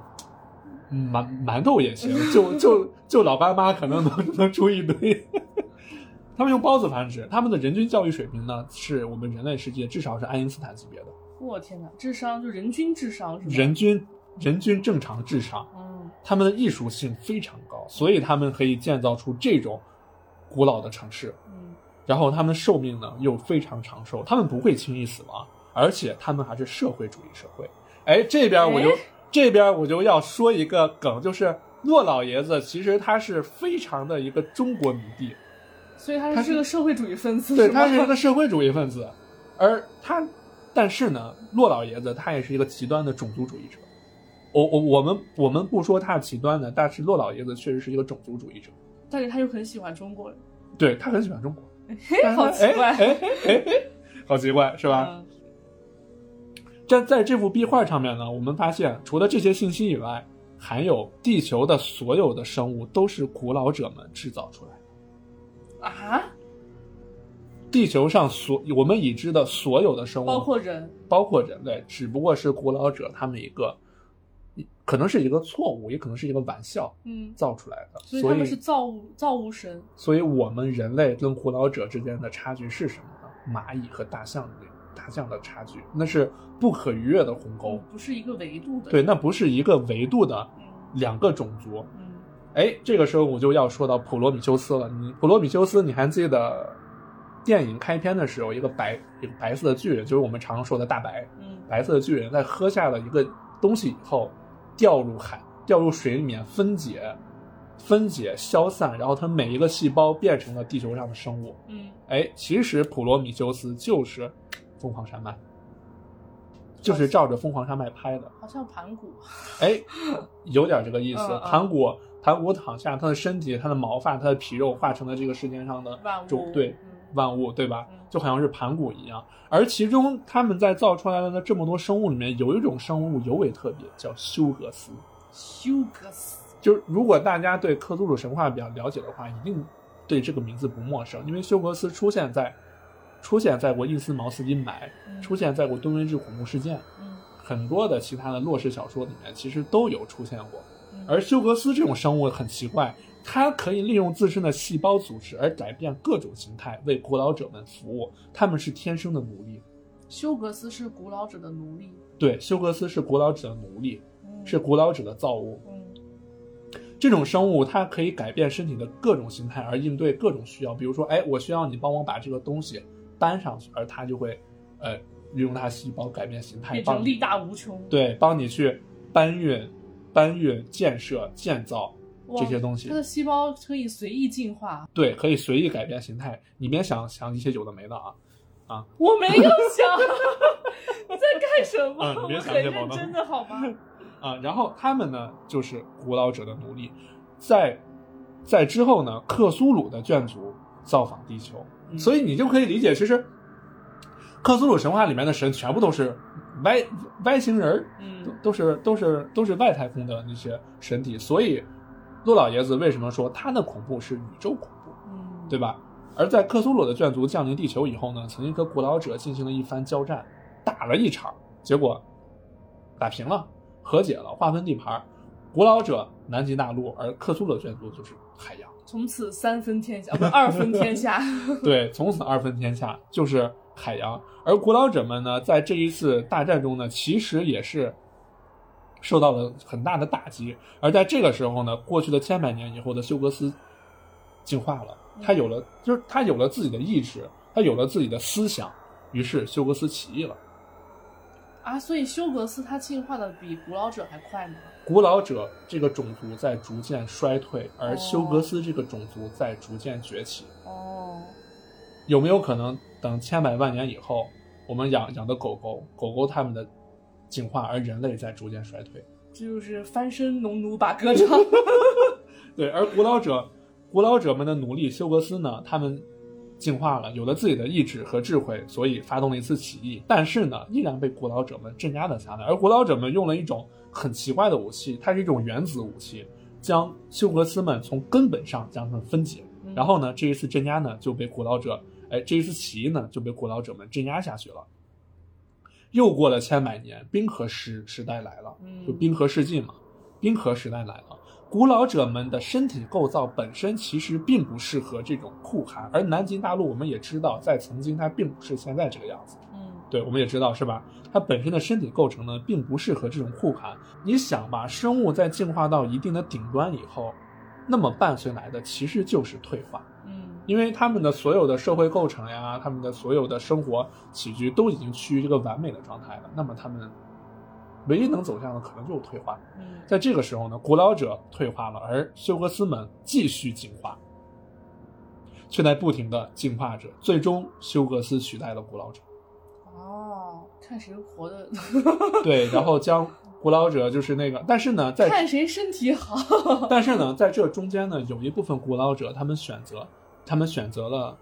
S1: 嗯馒馒头也行，就就就老爸妈可能能能出一堆。他们用孢子繁殖，他们的人均教育水平呢，是我们人类世界至少是爱因斯坦级别的，
S2: 我天哪，智商就人均智商是吧？
S1: 人，均人均正常智商，
S2: 嗯
S1: 他们的艺术性非常高，所以他们可以建造出这种古老的城市。
S2: 嗯
S1: 然后他们寿命呢又非常长寿，他们不会轻易死亡，而且他们还是社会主义社会。哎，这边我就
S2: 哎
S1: 这边我就要说一个梗，就是骆老爷子其实他是非常的一个中国迷弟，
S2: 所以他
S1: 他
S2: 是
S1: 是
S2: 个社会主义分 子，
S1: 对，
S2: 吗
S1: 他是一个社会主义分子，而他，但是呢，骆老爷子他也是一个极端的种族主义者。我我我们我们不说他是极端的，但是骆老爷子确实是一个种族主义者。
S2: 但是他又很喜欢中国人，
S1: 对他很喜欢中国，但
S2: 嘿
S1: 是
S2: 好奇怪，
S1: 哎哎哎哎好奇怪是吧？
S2: 嗯
S1: 在在这幅壁画上面呢，我们发现除了这些信息以外，还有地球的所有的生物都是古老者们制造出来的。
S2: 啊，
S1: 地球上所我们已知的所有的生物，
S2: 包括人，
S1: 包括人类，只不过是古老者他们一个，可能是一个错误，也可能是一个玩笑
S2: 嗯，
S1: 造出来的。
S2: 所
S1: 所
S2: 以他们是造物造物神，
S1: 所以我们人类跟古老者之间的差距是什么呢？蚂蚁和大象的大象的差距，那是不可逾越的鸿沟。
S2: 不是一个维度的，
S1: 对，，那不是一个维度的
S2: 嗯
S1: 两个种族。
S2: 嗯，
S1: 哎，这个时候我就要说到普罗米修斯了。你普罗米修斯，你还记得电影开篇的时候，一个白一个白色的巨人，就是我们常说的大白。
S2: 嗯，
S1: 白色的巨人在喝下了一个东西以后，掉入海，掉入水里面分解、分解、消散，然后它每一个细胞变成了地球上的生物。
S2: 嗯，
S1: 哎，其实普罗米修斯就是凤凰山脉，就是照着凤凰山脉拍的。
S2: 好像盘古，
S1: 哎，有点这个意
S2: 嗯
S1: 思
S2: 嗯。
S1: 盘古，盘古躺下，他的身体、他的毛发、他的皮肉化成了这个世界上的
S2: 万
S1: 种
S2: 物，
S1: 对
S2: 嗯
S1: 万物，对吧
S2: 嗯？
S1: 就好像是盘古一样。而其中他们在造出来的这么多生物里面，有一种生物尤为特别，叫休格斯。
S2: 休格斯，
S1: 就是如果大家对克苏鲁神话比较了解的话，一定对这个名字不陌生，因为休格斯出现在出现在过印斯茅斯阴霾，
S2: 嗯
S1: 出，现在过敦威治恐怖事件，
S2: 嗯，
S1: 很多的其他的洛氏小说里面其实都有出现过。
S2: 嗯
S1: 而休格斯这种生物很奇怪，它可以利用自身的细胞组织而改变各种形态，为古老者们服务。他们是天生的奴隶。
S2: 休格斯是古老者的奴隶，
S1: 对，休格斯是古老者的奴隶，
S2: 嗯
S1: 是，古老者的造物。
S2: 嗯
S1: 这种生物它可以改变身体的各种形态，而应对各种需要。比如说，哎，我需要你帮我把这个东西搬上去，而它就会，呃，利用它细胞改变形态，
S2: 变
S1: 帮
S2: 成
S1: 你
S2: 力大无穷，
S1: 对，帮你去搬运、搬运、建设、建造
S2: 哇，
S1: 这些东西
S2: 他。的细胞可以随意进化，
S1: 对，可以随意改变形态。你别想想一些有的没的啊，
S2: 我没有想，你在干什么？
S1: 啊你别
S2: 我
S1: 想
S2: 很
S1: 这毛
S2: 认
S1: 囊
S2: 真的好吗？
S1: 啊，然后他们呢就是古老者的奴隶，在在之后呢，克苏鲁的眷族造访地球，
S2: 嗯
S1: 所以你就可以理解，其实克苏鲁神话里面的神全部都是外外星人儿，都
S2: 嗯
S1: 都是都是都是外太空的那些神体，所以陆老爷子为什么说他的恐怖是宇宙恐怖？
S2: 嗯，
S1: 对吧？而在克苏鲁的眷族降临地球以后呢，曾经和古老者进行了一番交战，打了一场，结果打平了，和解了，划分地盘儿。古老者南极大陆，而克苏鲁的眷族就是海洋。
S2: 从此三分天 下，不是二分天下。
S1: 对，从此二分天下就是海洋。而古老者们呢，在这一次大战中呢，其实也是受到了很大的打击。而在这个时候呢，过去的千百年以后的休格斯进化了，他有了，就是他有了自己的意志，他有了自己的思想，于是休格斯起义了。
S2: 啊，所以休格斯他进化的比古老者还快吗？
S1: 古老者这个种族在逐渐衰退，而
S2: 哦
S1: 休格斯这个种族在逐渐崛起。
S2: 哦，
S1: 有没有可能等千百万年以后，我们养养的狗狗，狗狗它们的进化，而人类在逐渐衰退？
S2: 这就是翻身农奴把歌唱。
S1: 对，而古老者，古老者们的奴隶休格斯呢，他们进化了，有了自己的意志和智慧，所以发动了一次起义，但是呢，依然被古老者们镇压了下来。而古老者们用了一种很奇怪的武器，它是一种原子武器，将休格斯们从根本上将他们分解。
S2: 嗯
S1: 然后呢，这一次镇压呢就被古老者，哎，这一次起义呢就被古老者们镇压下去了。又过了千百年，冰河时时代来了，
S2: 嗯
S1: 就冰河世纪嘛，冰河时代来了。古老者们的身体构造本身其实并不适合这种酷寒，而南极大陆我们也知道，在曾经它并不是现在这个样子。
S2: 嗯
S1: 对，我们也知道是吧？它本身的身体构成呢，并不适合这种酷寒。你想吧，生物在进化到一定的顶端以后，那么伴随来的其实就是退化。
S2: 嗯
S1: 因为他们的所有的社会构成呀，他们的所有的生活起居都已经趋于一个完美的状态了，那么他们唯一能走向的可能就是退化。
S2: 嗯
S1: 在这个时候呢，古老者退化了，而休格斯们继续进化，却在不停的进化着，最终休格斯取代了古老者。
S2: 哦，看谁活的，
S1: 对，然后将古老者就是那个，但是呢，在
S2: 看谁身体好。
S1: 但是呢，在这中间呢，有一部分古老者他们选择，他们选择了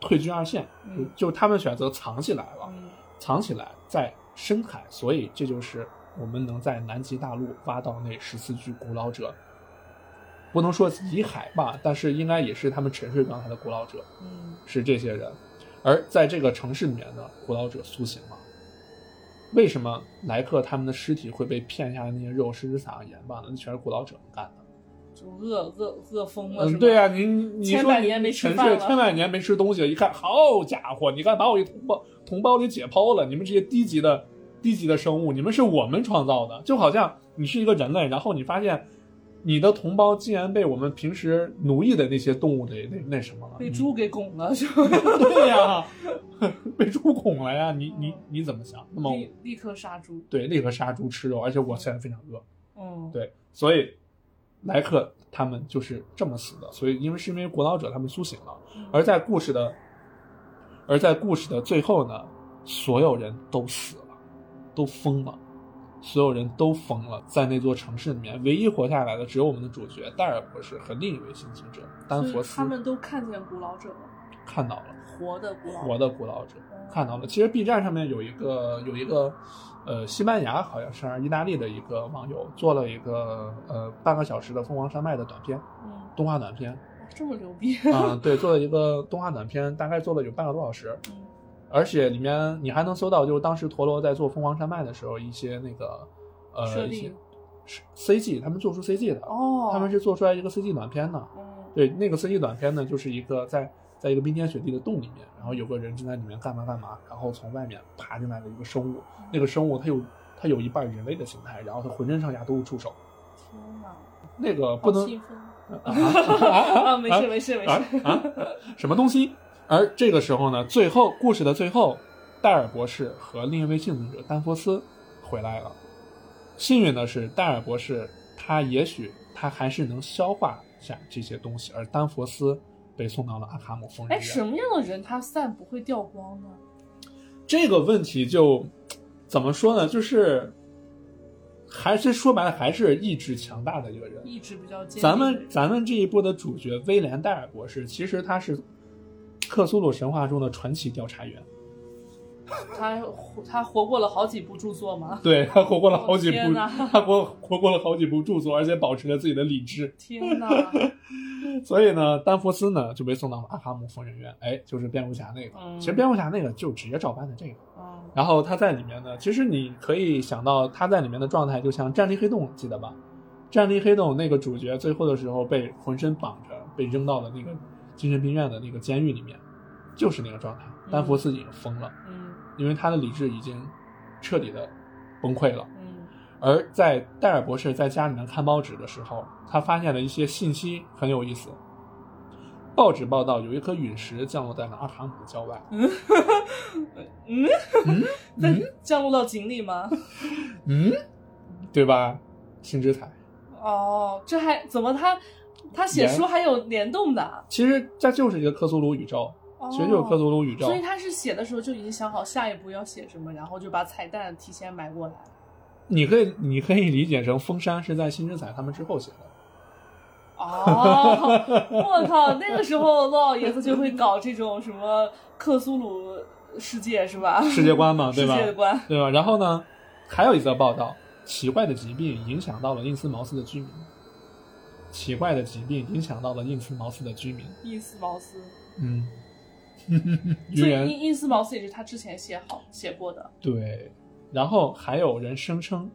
S1: 退居二线，
S2: 嗯
S1: 就就他们选择藏起来了，
S2: 嗯
S1: 藏起来在深海，所以这就是我们能在南极大陆挖到那十四具古老者。不能说遗骸吧，但是应该也是他们沉睡状态的古老者，
S2: 嗯，
S1: 是这些人。而在这个城市里面呢，古老者苏醒了。为什么莱克他们的尸体会被片下的那些肉是撒上盐巴呢？那全是古老者干的。
S2: 就饿饿饿疯了是
S1: 嗯，
S2: 吗？
S1: 对呀、你你
S2: 千
S1: 说
S2: 百
S1: 你
S2: 年没吃
S1: 沉
S2: 饭
S1: 睡
S2: 了
S1: 千百年没吃东西，一看，好家伙，你看把我一同胞同胞给解剖了，你们这些低级的低级的生物，你们是我们创造的，就好像你是一个人类，然后你发现你的同胞竟然被我们平时奴役的那些动物给那那什么了，
S2: 被
S1: 你
S2: 猪给拱
S1: 嗯
S2: 了是吧？
S1: 对呀、 被猪拱了呀，你你你怎么想？那么
S2: 立立刻杀猪。
S1: 对，立刻杀猪吃肉，而且我现在非常饿，
S2: 嗯，
S1: 对，所以莱克他们就是这么死的。所以因为是因为古老者他们苏醒了，
S2: 嗯
S1: 而在故事的而在故事的最后呢，所有人都死了，都疯了。所有人都疯了，在那座城市里面，唯一活下来的只有我们的主角戴尔博士和另一位幸存者丹佛
S2: 所以
S1: 斯
S2: 他。们都看见古老者了，
S1: 看到了，
S2: 活的古老者。
S1: 活的古老者看到了。其实 B 站上面有一个有一个，呃，西班牙好像是还是意大利的一个网友做了一个呃半个小时的《凤凰山脉》的短片，
S2: 嗯，
S1: 动画短 片
S2: 这么牛逼。
S1: 啊、对，做了一个动画短片，大概做了有半个多小时，
S2: 嗯
S1: 而且里面你还能搜到，就是当时陀螺在做《凤凰山脉》的时候一些那个
S2: 设
S1: 呃一
S2: 定
S1: 些是 CG，他们做出 CG 的，
S2: 哦，
S1: 他们是做出来一个 CG 短片的，
S2: 嗯
S1: 对，那个 CG 短片呢，就是一个在在一个冰天雪地的洞里面，然后有个人正在里面干嘛干嘛，然后从外面爬进来的一个生物，那个生物它有它有一半人类的形态，然后它浑身上下都是触手，
S2: 天哪，
S1: 那个
S2: 好
S1: 不能
S2: 兴奋。
S1: 啊啊
S2: 啊，没事没事没
S1: 啊
S2: 事。
S1: 啊啊什么东西。而这个时候呢，最后故事的最后，戴尔博士和另一位幸存者丹佛斯回来了。幸运的是，戴尔博士他也许他还是能消化下这些东西，而丹佛斯被送到了阿卡姆疯人
S2: 哎，
S1: 院。
S2: 什么样的人他散不会掉光呢？
S1: 这个问题就怎么说呢？就是还是说白了，还是意志强大的一个人。
S2: 意志比较坚定。
S1: 咱们咱们这一波的主角威廉戴尔博士，其实他是克苏鲁神话中的传奇调查员，
S2: 他活他活过了好几部著作嘛。
S1: 对他活过了好几部，
S2: 哦天哪
S1: 他活活过了好几部著作，而且保持了自己的理智。
S2: 天哪，
S1: 所以呢，丹佛斯呢就被送到了阿卡姆疯人院，哎，就是蝙蝠侠那个。
S2: 嗯
S1: 其实蝙蝠侠那个就直接照搬的这个。
S2: 嗯
S1: 然后他在里面呢，其实你可以想到他在里面的状态，就像《战栗黑洞》，记得吧？《战栗黑洞》那个主角最后的时候被浑身绑着，被扔到了那个精神病院的那个监狱里面，就是那个状态。丹佛斯已经疯了，
S2: 嗯
S1: 因为他的理智已经彻底的崩溃了。
S2: 嗯
S1: 而在戴尔博士在家里面看报纸的时候，他发现了一些信息很有意思。报纸报道有一颗陨石降落在了阿卡姆郊外。
S2: 嗯，
S1: 嗯
S2: 那降落到井里 吗？
S1: 嗯，对吧？星之彩。
S2: 哦，这还怎么他他写
S1: 连
S2: 书还有联动的啊？
S1: 其实这就是一个克苏鲁宇宙，
S2: 哦
S1: 其实就是克苏鲁宇宙
S2: 所。以他是写的时候就已经想好下一步要写什么，然后就把彩蛋提前买 过来。
S1: 你可以你可以理解成风山是在星之彩他们之后写的。
S2: 哦，我靠，那个时候陆老爷子就会搞这种什么克苏鲁世界是吧？
S1: 世界观嘛，对
S2: 哦 世
S1: 吧？
S2: 界观，
S1: 对吧？然后呢，还有一则报道，奇怪的疾病影响到了印斯茅斯的居民。奇怪的疾病影响到了印斯茅斯的居民。
S2: 伊斯茅斯，
S1: 嗯， 愚
S2: 所以
S1: 人
S2: 伊伊斯茅斯也是他之前写好写过的。
S1: 对，然后还有人声称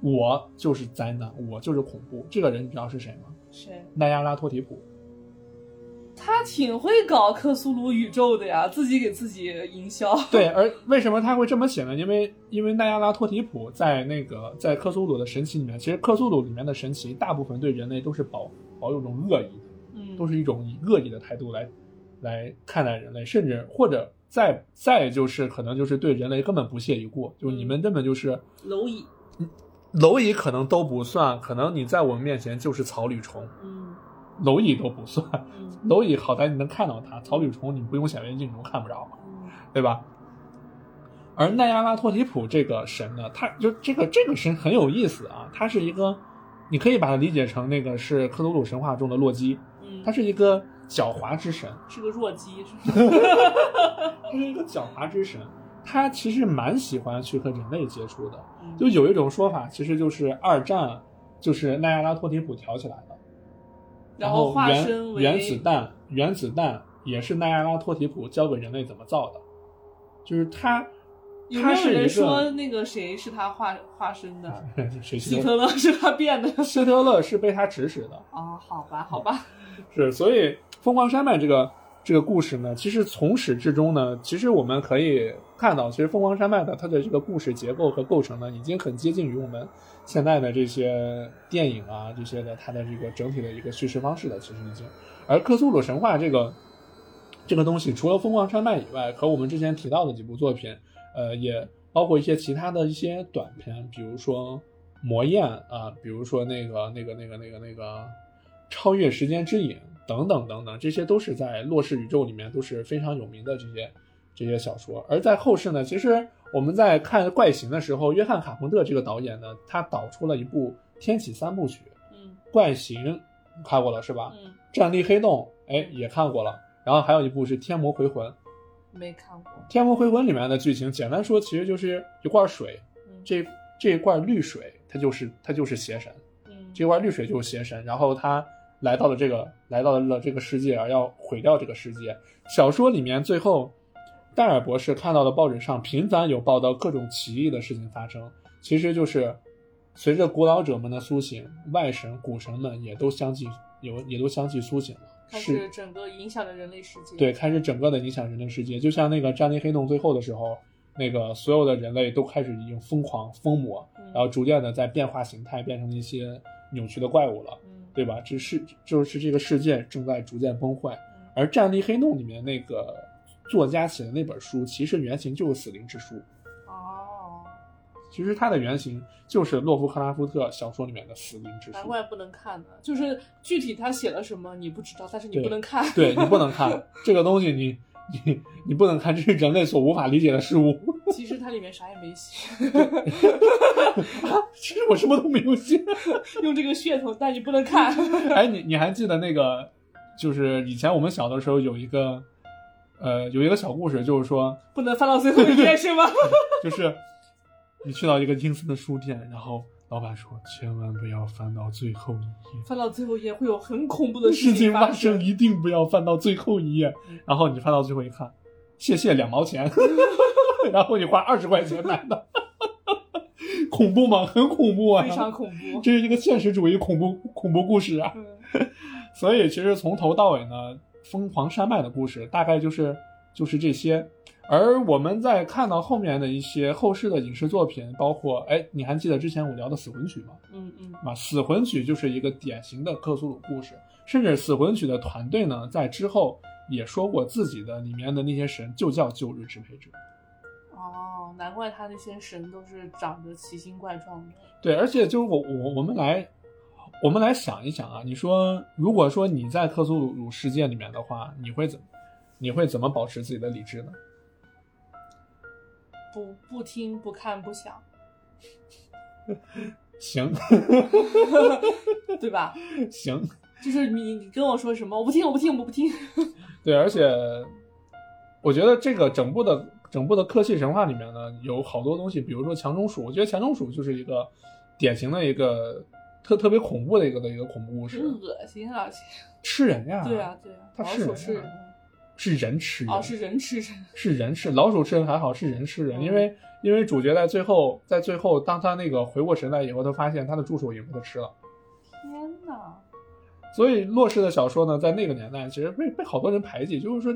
S1: 我就是灾难，我就是恐怖。这个人你知道是谁吗？
S2: 谁？
S1: 奈亚拉托提普。
S2: 他挺会搞克苏鲁宇宙的呀，自己给自己营销。
S1: 对，而为什么他会这么写呢？因为因为奈亚拉托提普在那个在克苏鲁的神奇里面，其实克苏鲁里面的神奇大部分对人类都是保保有种恶意的，
S2: 嗯
S1: 都是一种以恶意的态度来来看待人类，甚至或者再再就是可能就是对人类根本不屑一顾，就是你们根本就是
S2: 蝼蚁，
S1: 蝼蚁可能都不算，可能你在我们面前就是草履虫，
S2: 嗯
S1: 蝼蚁都不算，
S2: 嗯
S1: 蝼蚁好歹你能看到它，草履虫你不用显微镜你都看不着。
S2: 嗯
S1: 对吧？而奈亚拉托提普这个神呢，他就这个这个神很有意思啊，他是一个，你可以把它理解成那个是克苏鲁神话中的洛基，
S2: 嗯，
S1: 他是一个狡猾之神，
S2: 是个弱鸡，是吧
S1: 他是一个狡猾之神，他其实蛮喜欢去和人类接触的，
S2: 嗯
S1: 就有一种说法，其实就是二战就是奈亚拉托提普挑起来的，
S2: 然
S1: 后
S2: 后化
S1: 原
S2: 身为
S1: 原子弹，原子弹也是奈亚拉托提普教给人类怎么造的，就是他。
S2: 有
S1: 他
S2: 没有
S1: 是一个
S2: 人说那个谁是他化化身的？
S1: 谁
S2: 希
S1: 希特
S2: 特勒是他变的？
S1: 希特勒是被他指使的，
S2: 啊，好吧，好吧，
S1: 是所以疯狂山脉这个这个故事呢，其实从始至终呢，其实我们可以看到，其实疯狂山脉的它的这个故事结构和构成呢，已经很接近于我们现在的这些电影啊这些的它的这个整体的一个叙事方式的，其实已经。而克苏鲁神话这个这个东西，除了疯狂山脉以外，和我们之前提到的几部作品，呃，也包括一些其他的一些短片，比如说《魔焰》啊，比如说那个那个那个那个那个《超越时间之影》等等等等，这些都是在洛氏宇宙里面都是非常有名的这些这些小说。而在后世呢，其实我们在看《怪形》的时候，约翰·卡彭特这个导演呢，他导出了一部《天启三部曲》，
S2: 嗯
S1: 《怪形》看过了是吧？
S2: 嗯，
S1: 《战力黑洞》哎也看过了，然后还有一部是《天魔回魂》，《
S2: 没看过，
S1: 天魔回魂》里面的剧情，简单说其实就是一罐水，
S2: 嗯
S1: 这这一罐绿水，它就是它就是邪神，
S2: 嗯
S1: 这罐绿水就是邪神，然后他来到了这个来到了这个世界，而要毁掉这个世界。小说里面最后，戴尔博士看到的报纸上频繁有报道各种奇异的事情发生，其实就是随着古老者们的苏醒，外神古神们也都相继有也都相继苏醒了，
S2: 开
S1: 是
S2: 始整个影响了人类世界。
S1: 对，，开始整个的影响人类世界，就像那个《战地黑洞》最后的时候，那个所有的人类都开始已经疯狂疯魔，
S2: 嗯
S1: 然后逐渐的在变化形态，变成了一些扭曲的怪物了，
S2: 嗯
S1: 对吧？这是就是这个世界正在逐渐崩坏，
S2: 嗯
S1: 而《战地黑洞》里面那个作家写的那本书，其实原型就是《死灵之书》，
S2: 哦，
S1: 其实它的原型就是洛夫克拉夫特小说里面的《死灵之书
S2: 难》。怪不能看呢，就是具体他写了什么你不知道，但是你
S1: 对
S2: 不能看。
S1: 对你不能看这个东西你，你你不能看，这是人类所无法理解的事物。
S2: 其实它里面啥也没写，
S1: 其实我什么都没有写。
S2: 用这个噱头，但你不能看。
S1: 哎，你你还记得那个，就是以前我们小的时候有一个，呃，有一个小故事，就是说，
S2: 不能翻到最后一页 是吗？
S1: 就是你去到一个阴森的书店，然后老板说，千万不要翻到最后一页，
S2: 翻到最后一页会有很恐怖的
S1: 事情
S2: 发
S1: 发生。一定不要翻到最后一页。然后你翻到最后一看，谢谢两毛 钱，然后你花二十块钱买的，恐怖吗？很恐怖啊！
S2: 非常恐怖。
S1: 这是一个现实主义恐怖恐怖故事啊。
S2: 嗯
S1: 所以其实从头到尾呢，疯狂山脉的故事大概就是就是这些。而我们在看到后面的一些后世的影视作品，包括哎，你还记得之前我聊的《死魂曲》吗？
S2: 嗯嗯
S1: 啊，《死魂曲》就是一个典型的克苏鲁故事，甚至《死魂曲》的团队呢，在之后也说过自己的里面的那些神就叫旧日支配者。
S2: 哦，难怪他那些神都是长得奇形怪状的。
S1: 对，而且就是我我我们来，我们来想一想啊，你说如果说你在克苏鲁世界里面的话，你会怎你会怎么保持自己的理智呢？
S2: 不不听不看不想，
S1: 行
S2: 对吧？
S1: 行，
S2: 就是你你跟我说什么，我不听我不听我不听。
S1: 对，而且我觉得这个整部的整部的科系神话里面呢，有好多东西，比如说强中鼠，我觉得强中鼠就是一个典型的一个特特别恐怖的一个的一个恐怖故事，
S2: 恶心啊！
S1: 吃人呀，
S2: 对啊，对啊，
S1: 它
S2: 老
S1: 是
S2: 鼠
S1: 人
S2: 吃
S1: 呀是人吃人，
S2: 人，
S1: 啊
S2: 哦，是人吃人，
S1: 是人吃老鼠吃人还好，是人吃人，
S2: 嗯
S1: 因为因为主角在最后在最后，当他那个回过神来以后，他发现他的助手也被他吃了。
S2: 天哪！
S1: 所以洛氏的小说呢，在那个年代其实被被好多人排挤，就是说，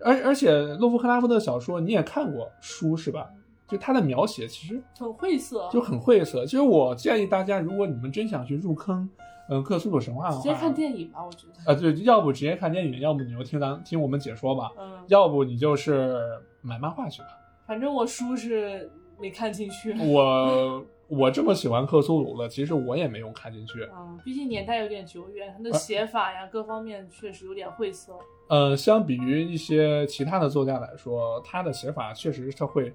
S1: 而而且洛夫克拉夫特的小说你也看过书是吧？就他的描写其实
S2: 很晦涩，
S1: 就很晦涩。其实我建议大家，如果你们真想去入坑，嗯，克苏鲁神话的
S2: 直接
S1: 话，
S2: 看电影吧，我觉得。
S1: 啊，对，要不直接看电影，要不你就听咱听我们解说吧，
S2: 嗯，
S1: 要不你就是买漫画去吧。
S2: 反正我书是没看进去。
S1: 我我这么喜欢克苏鲁了，其实我也没有看进去。
S2: 嗯，毕竟年代有点久远，
S1: 啊
S2: 它的写法呀，各方面确实有点晦涩。
S1: 呃，相比于一些其他的作家来说，他的写法确实他会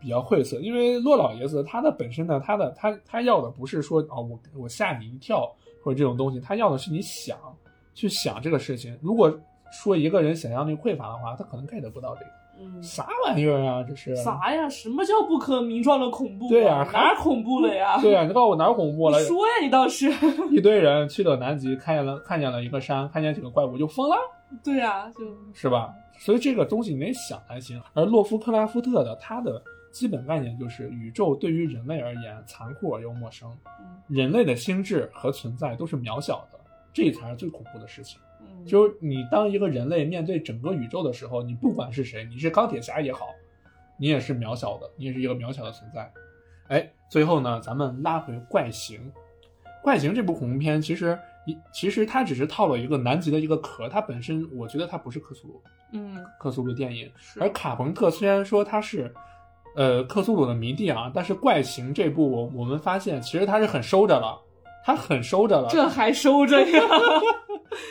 S1: 比较晦涩，因为骆老爷子他的本身呢，他的他他要的不是说啊、我我吓你一跳或者这种东西，他要的是你想去想这个事情。如果说一个人想象力匮乏的话，他可能 get 不到这个
S2: 嗯，
S1: 啥玩意儿啊，这是？
S2: 啥呀？什么叫不可名状的恐怖、啊
S1: 对呀
S2: 哪儿恐怖了呀？
S1: 对啊，你告诉我哪儿恐怖了
S2: 你？说呀，你倒是。
S1: 一堆人去了南极，看见了看见了一个山，看见几个怪物就疯了。
S2: 对呀，就是
S1: 吧？所以这个东西你得想才行。而洛夫克拉夫特的他的基本概念就是宇宙对于人类而言残酷而又陌生，
S2: 嗯
S1: 人类的心智和存在都是渺小的，这才是最恐怖的事情。
S2: 嗯，
S1: 就是你当一个人类面对整个宇宙的时候，你不管是谁，你是钢铁侠也好，你也是渺小的，你也是一个渺小的存在。哎，最后呢，咱们拉回《怪形》，《怪形》这部恐怖片其实一其实它只是套了一个南极的一个壳，它本身我觉得它不是克苏鲁
S2: 嗯
S1: 克苏鲁电影，
S2: 是
S1: 而卡朋特虽然说他是，呃，克苏鲁的迷弟啊，但是《怪形》这部我我们发现其实他是很收着了，他很收着了，
S2: 这还收着 呀？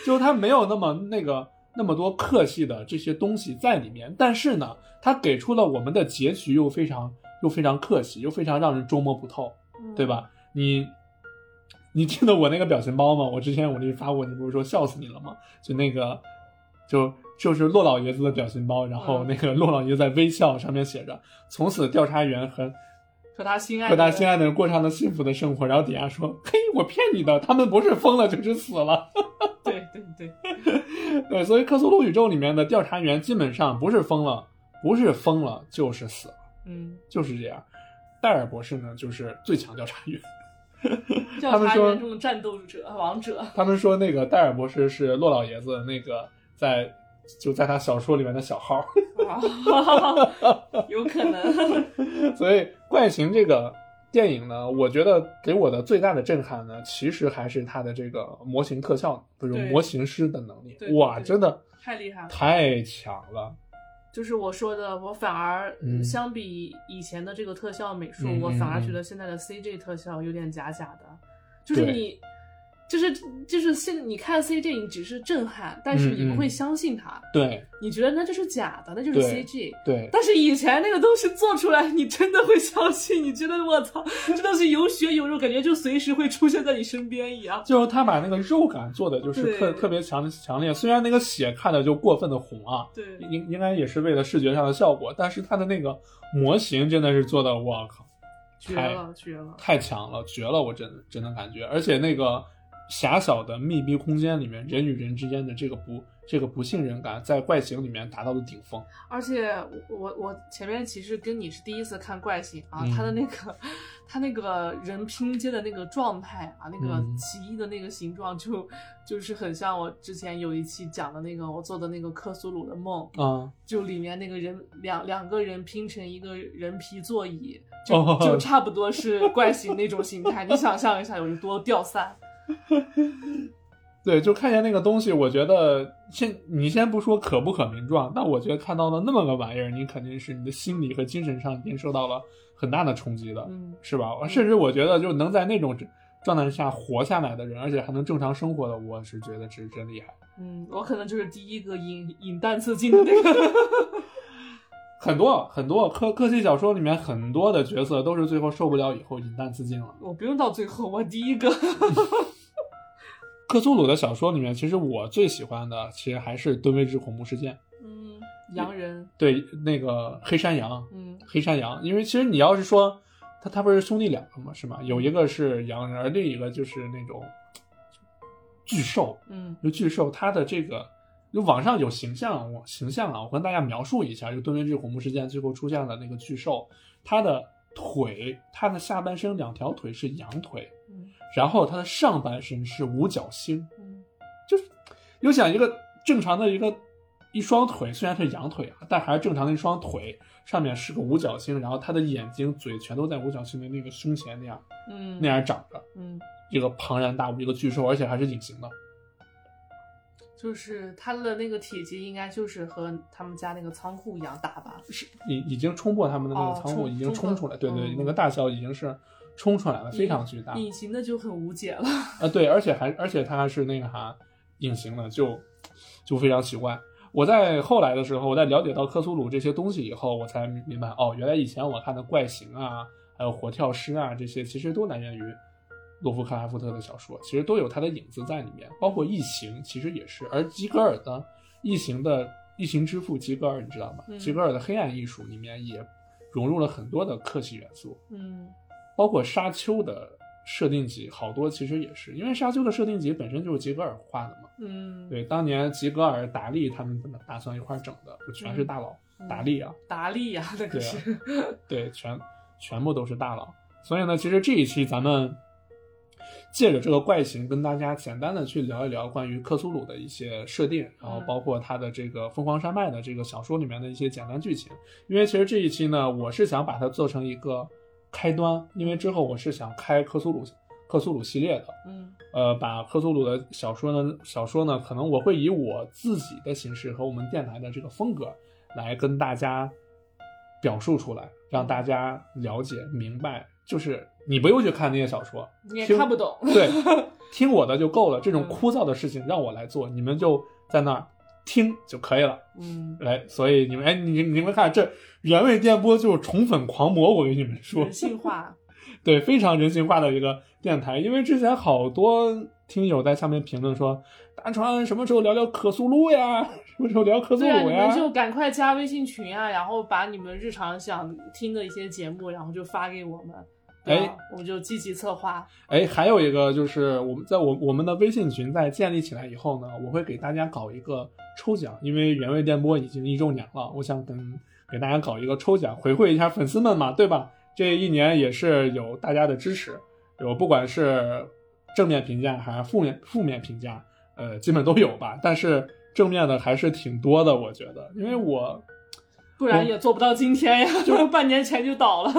S1: 就是他没有那么那个那么多客气的这些东西在里面，但是呢，他给出了我们的结局又非常又非常客气，又非常让人捉摸不透，
S2: 嗯
S1: 对吧？你你记得我那个表情包吗？我之前我那发过，你不是说笑死你了吗？就那个就就是骆老爷子的表情包，然后
S2: 嗯
S1: 那个骆老爷子在微笑，上面写着“从此调查员和
S2: 嗯？和他心爱的
S1: 和
S2: 人，
S1: 他心爱的人过上了幸福的生活”，然后底下说：“嘿，我骗你的，他们不是疯了就是死了。”
S2: 对对对，
S1: 对，所以克苏鲁宇宙里面的调查员基本上不是疯了，不是疯了就是死了，
S2: 嗯，
S1: 就是这样。戴尔博士呢，就是最强调查员。
S2: 调
S1: 们
S2: 查
S1: 说
S2: 员中的战斗者、王者，
S1: 他们说那个戴尔博士是骆老爷子那个在就在他小说里面的小号，
S2: 啊 有可能。
S1: 所以《怪形》这个电影呢，我觉得给我的最大的震撼呢，其实还是它的这个模型特效，不是
S2: 对
S1: 模型师的能力
S2: 对，对
S1: 哇，
S2: 对
S1: 真的
S2: 太厉害了！
S1: 太强了。
S2: 就是我说的，我反而、
S1: 嗯
S2: 相比以前的这个特效美术，
S1: 嗯
S2: 我
S1: 嗯
S2: 反而
S1: 嗯
S2: 觉得现在的 CG 特效有点假假的，就是
S1: 对
S2: 你。就是就是现你看 CG，你只是震撼，但是你
S1: 嗯嗯
S2: 不会相信它，
S1: 对
S2: 你觉得那就是假的，那就是
S1: 对
S2: CG。
S1: 对，
S2: 但是以前那个东西做出来，你真的会相信，你觉得我操，真的是有血有肉，感觉就随时会出现在你身边一样。
S1: 就是他把那个肉感做的就是
S2: 对
S1: 特特别强强烈，虽然那个血看着就过分的红啊，
S2: 对，
S1: 应应该也是为了视觉上的效果，但是它的那个模型真的是做的，我靠，
S2: 绝了绝了！
S1: 太强了，绝了！我真的真的感觉，而且那个狭小的密闭空间里面，人与人之间的这个不这个不信任感，在怪形里面达到了顶峰。
S2: 而且我我我前面其实跟你是第一次看怪形啊，
S1: 嗯
S2: 他的那个他那个人拼接的那个状态啊，那个
S1: 嗯
S2: 奇异的那个形状就，就是很像我之前有一期讲的那个我做的那个克苏鲁的梦，
S1: 啊、
S2: 就里面那个人两两个人拼成一个人皮座椅，就、
S1: 哦
S2: 就差不多是怪形那种形态，你想象一下有多掉散。
S1: 对，就看见那个东西，我觉得先你先不说可不可名状，但我觉得看到了那么个玩意儿，你肯定是你的心理和精神上已经受到了很大的冲击的。
S2: 嗯，
S1: 是吧？甚至我觉得，就能在那种状态下活下来的人，而且还能正常生活的，我是觉得是真厉害。
S2: 嗯，我可能就是第一个引引弹刺进的那个。
S1: 很多很多科科技小说里面很多的角色都是最后受不了以后饮弹自尽了。
S2: 我不用到最后，我第一个。
S1: 克苏鲁的小说里面，其实我最喜欢的其实还是《敦威治恐怖事件》，
S2: 嗯，洋人，
S1: 对那个黑山羊，
S2: 嗯
S1: 黑山羊，因为其实你要是说他他不是兄弟两个嘛，是吗？有一个是羊人，而另一个就是那种巨兽，
S2: 嗯
S1: 就巨兽它的这个，就网上有形象，我形象啊，我跟大家描述一下，就敦威治恐怖事件最后出现的那个巨兽，它的腿，它的下半身两条腿是羊腿，
S2: 嗯
S1: 然后它的上半身是五角星，
S2: 嗯，
S1: 有想一个正常的一个一双腿，虽然是羊腿啊，但还是正常的一双腿，上面是个五角星，然后它的眼睛、嘴全都在五角星的那个胸前那样
S2: 嗯
S1: 那样长着，
S2: 嗯
S1: 一个庞然大物，一个巨兽，而且还是隐形的。
S2: 就是它的那个体积应该就是和他们家那个仓库一样大吧？
S1: 是已已经冲破他们的那个
S2: 哦
S1: 仓库，
S2: 冲
S1: 已经冲出来，对
S2: 冲
S1: 对，
S2: 嗯
S1: 那个大小已经是冲出来了，非常巨大
S2: 隐形的就很无解了。
S1: 啊！对，而且还而且它是那个啥隐形的，就就非常奇怪。我在后来的时候，我在了解到克苏鲁这些东西以后，我才明白哦，原来以前我看的怪形啊，还有活跳尸啊这些，其实都来源于洛夫克拉夫特的小说，其实都有它的影子在里面，包括异形，其实也是。而吉格尔呢，异形的异形之父吉格尔，你知道吗？
S2: 嗯
S1: 吉格尔的黑暗艺术里面也融入了很多的克系元素，
S2: 嗯
S1: 包括沙丘的设定集，好多其实也是，因为沙丘的设定集本身就是吉格尔画的嘛。
S2: 嗯，
S1: 对，当年吉格尔、达利他们打算一块儿整的，就全是大佬，
S2: 嗯
S1: 达利啊，
S2: 达利呀、那个
S1: 对啊
S2: 是，
S1: 对，全全部都是大佬。所以呢，其实这一期咱们借着这个怪形，跟大家简单的去聊一聊关于克苏鲁的一些设定，然后包括他的这个《疯狂山脉》的这个小说里面的一些简单剧情。因为其实这一期呢，我是想把它做成一个开端，因为之后我是想开克苏鲁克苏鲁系列的，
S2: 嗯
S1: 呃，把克苏鲁的小说呢，小说呢，可能我会以我自己的形式和我们电台的这个风格来跟大家表述出来，让大家了解明白。就是你不用去看那些小说，
S2: 你也
S1: 听
S2: 看不懂。
S1: 对，听我的就够了。这种
S2: 嗯
S1: 枯燥的事情让我来做，你们就在那儿听就可以了。
S2: 嗯，
S1: 来，所以你们哎，你你们看这原味电波就是宠粉狂魔，我跟你们说，
S2: 人性 化。
S1: 对，非常人性化的一个电台。因为之前好多听友在下面评论说，大川什么时候聊聊可苏鲁呀？什么时候聊克苏
S2: 对啊，
S1: 鲁
S2: 你
S1: 呀
S2: 们？就赶快加微信群啊，然后把你们日常想听的一些节目，然后就发给我们，对吧我们就积极策划。
S1: 哎，还有一个就是我们在我我们的微信群在建立起来以后呢，我会给大家搞一个抽奖，因为原味电波已经一周年了，我想跟给大家搞一个抽奖，回馈一下粉丝们嘛，对吧？这一年也是有大家的支持，有不管是正面评价还是负面负面评价，呃，基本都有吧。但是正面的还是挺多的，我觉得，因为我
S2: 不
S1: 我
S2: 然也做不到今天呀，就是 半年前就倒了。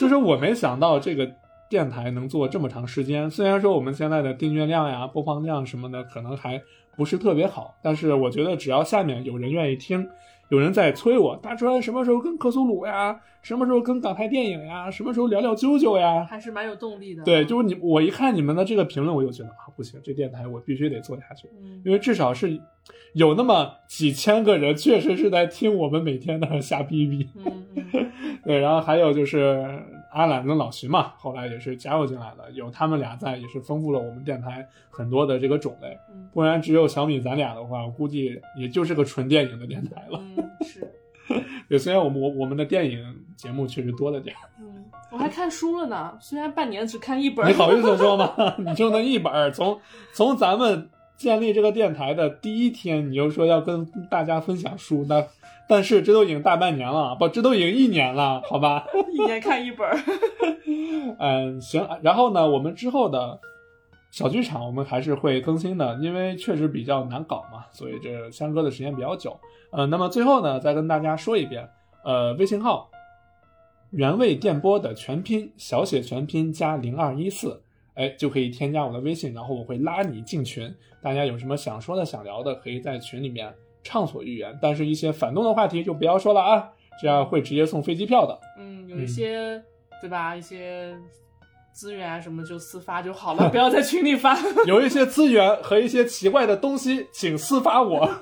S1: 就是我没想到这个电台能做这么长时间。虽然说我们现在的订阅量呀、播放量什么的可能还不是特别好，但是我觉得只要下面有人愿意听，有人在催我，大川什么时候跟克苏鲁呀，什么时候跟港台电影呀，什么时候聊聊啾啾 呀。
S2: 还是蛮有动力的。嗯
S1: 对，就是你，我一看你们的这个评论，我就觉得啊，不行，这电台我必须得做下去，
S2: 嗯
S1: 因为至少是有那么几千个人，确实是在听我们每天在那儿瞎逼逼。
S2: 嗯嗯
S1: 对，然后还有就是阿兰跟老徐嘛，后来也是加入进来的，有他们俩在，也是丰富了我们电台很多的这个种类。
S2: 嗯
S1: 不然只有小米咱俩的话，我估计也就是个纯电影的电台了。
S2: 嗯，是。
S1: 对，虽然我们我我们的电影节目确实多了点儿，
S2: 嗯，我还看书了呢，虽然半年只看一本。
S1: 你好意思说吗？ 你就那一本儿，从从咱们建立这个电台的第一天，你就说要跟大家分享书，那但是这都已经大半年了，不，这都已经一年了，好吧？
S2: 一年看一本。
S1: 嗯，行，然后呢，我们之后的小剧场我们还是会更新的，因为确实比较难搞嘛，所以这相隔的时间比较久。呃，那么最后呢，再跟大家说一遍，呃，微信号原味电波的全拼小写全拼加零二一四。哎，就可以添加我的微信，然后我会拉你进群。大家有什么想说的、想聊的，可以在群里面畅所欲言。但是，一些反动的话题就不要说了啊，这样会直接送飞机票的。
S2: 嗯，有一些、对吧？一些资源啊什么就私发就好了，不要在群里发。
S1: 有一些资源和一些奇怪的东西，请私发我。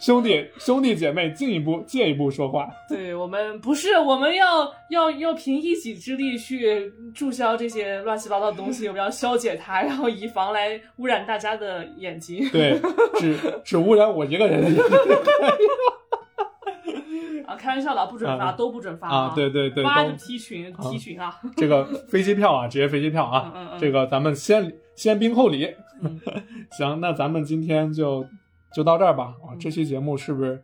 S1: 兄弟，兄弟姐妹，进一步借一步说话。
S2: 对我们不是，我们要要要凭一己之力去注销这些乱七八糟的东西，我们要消解它，然后以防来污染大家的眼睛。
S1: 对，只只污染我一个人的眼睛
S2: 啊，开玩笑的，不准发，
S1: 嗯
S2: 都不准发
S1: 啊！对对对，
S2: 发
S1: 都
S2: 就踢群，
S1: 啊
S2: 踢群啊！
S1: 这个飞机票啊，职业飞机票啊，
S2: 嗯嗯嗯
S1: 这个咱们先先兵后礼。
S2: 嗯
S1: 行，那咱们今天就就到这儿吧。啊，
S2: 嗯
S1: 这期节目是不是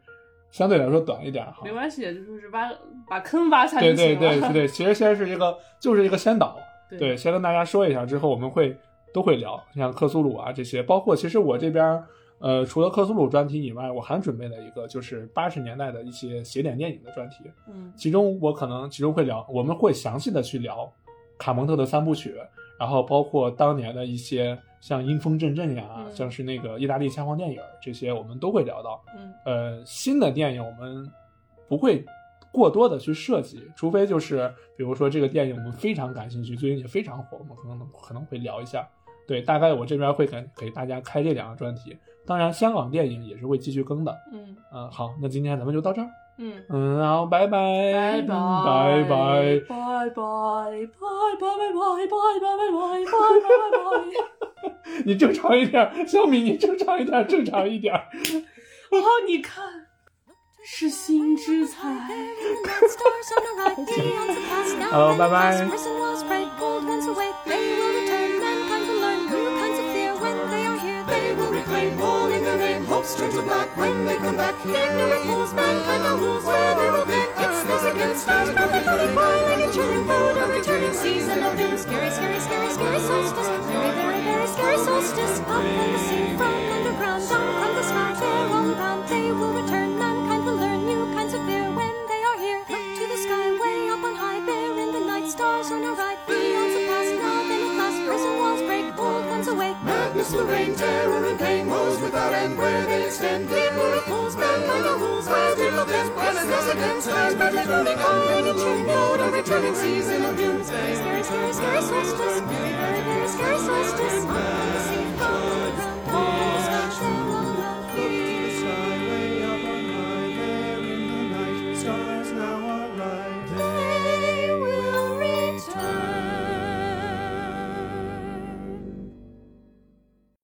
S1: 相对来说短一点哈
S2: 没？关系，就是挖把坑挖下
S1: 对
S2: 就
S1: 对
S2: 行了。
S1: 对对，其实先是一个就是一个先导，
S2: 对
S1: 对，先跟大家说一下，之后我们会都会聊，像克苏鲁啊这些，包括其实我这边儿，呃，除了克苏鲁专题以外，我还准备了一个就是八十年代的一些邪典电影的专题，
S2: 嗯
S1: 其中我可能其中会聊，我们会详细的去聊卡蒙特的三部曲，然后包括当年的一些像《阴风阵阵》呀，
S2: 嗯
S1: 像是那个意大利枪皇电影儿这些，我们都会聊到。
S2: 嗯
S1: 呃，新的电影我们不会过多的去涉及，除非就是比如说这个电影我们非常感兴趣，最近也非常火，我们可能可能会聊一下。对，大概我这边会给给大家开这两个专题，当然香港电影也是会继续更的。
S2: 嗯
S1: 嗯、好，那今天咱们就到这儿。
S2: 嗯，
S1: 嗯，好，拜拜，
S2: 拜拜
S1: 拜拜。
S2: 拜拜拜拜拜拜拜拜拜拜拜拜拜。
S1: 你正常一点儿，小米，你正常一点儿，正常一点儿。
S2: 哦，你看，是新之彩。
S1: Hello，拜拜。
S3: They will reclaim all in their name. Hope's turned to black when they come back. Ignorant fools, mankind will lose where they will live. It snows against stars, but they put it by like a churning boat. A returning season of doom. Scary, scary, scary, scary solstice. Very, very, very scary solstice. Up from the sea, from underground, down from the sky. They're all around. They will return. Mankind will learn new kinds of fear when they are here. Look to the sky, way up on high. There in the night, stars on a ride. Beyond the past, now then at last. Prison walls break, old ones awake. Madness will reign, terror and pain. Woes without end, where they extend. Ignorant fools, mankind the rules. Where they will then. Presence against stars, but returning on. A returning season of doom.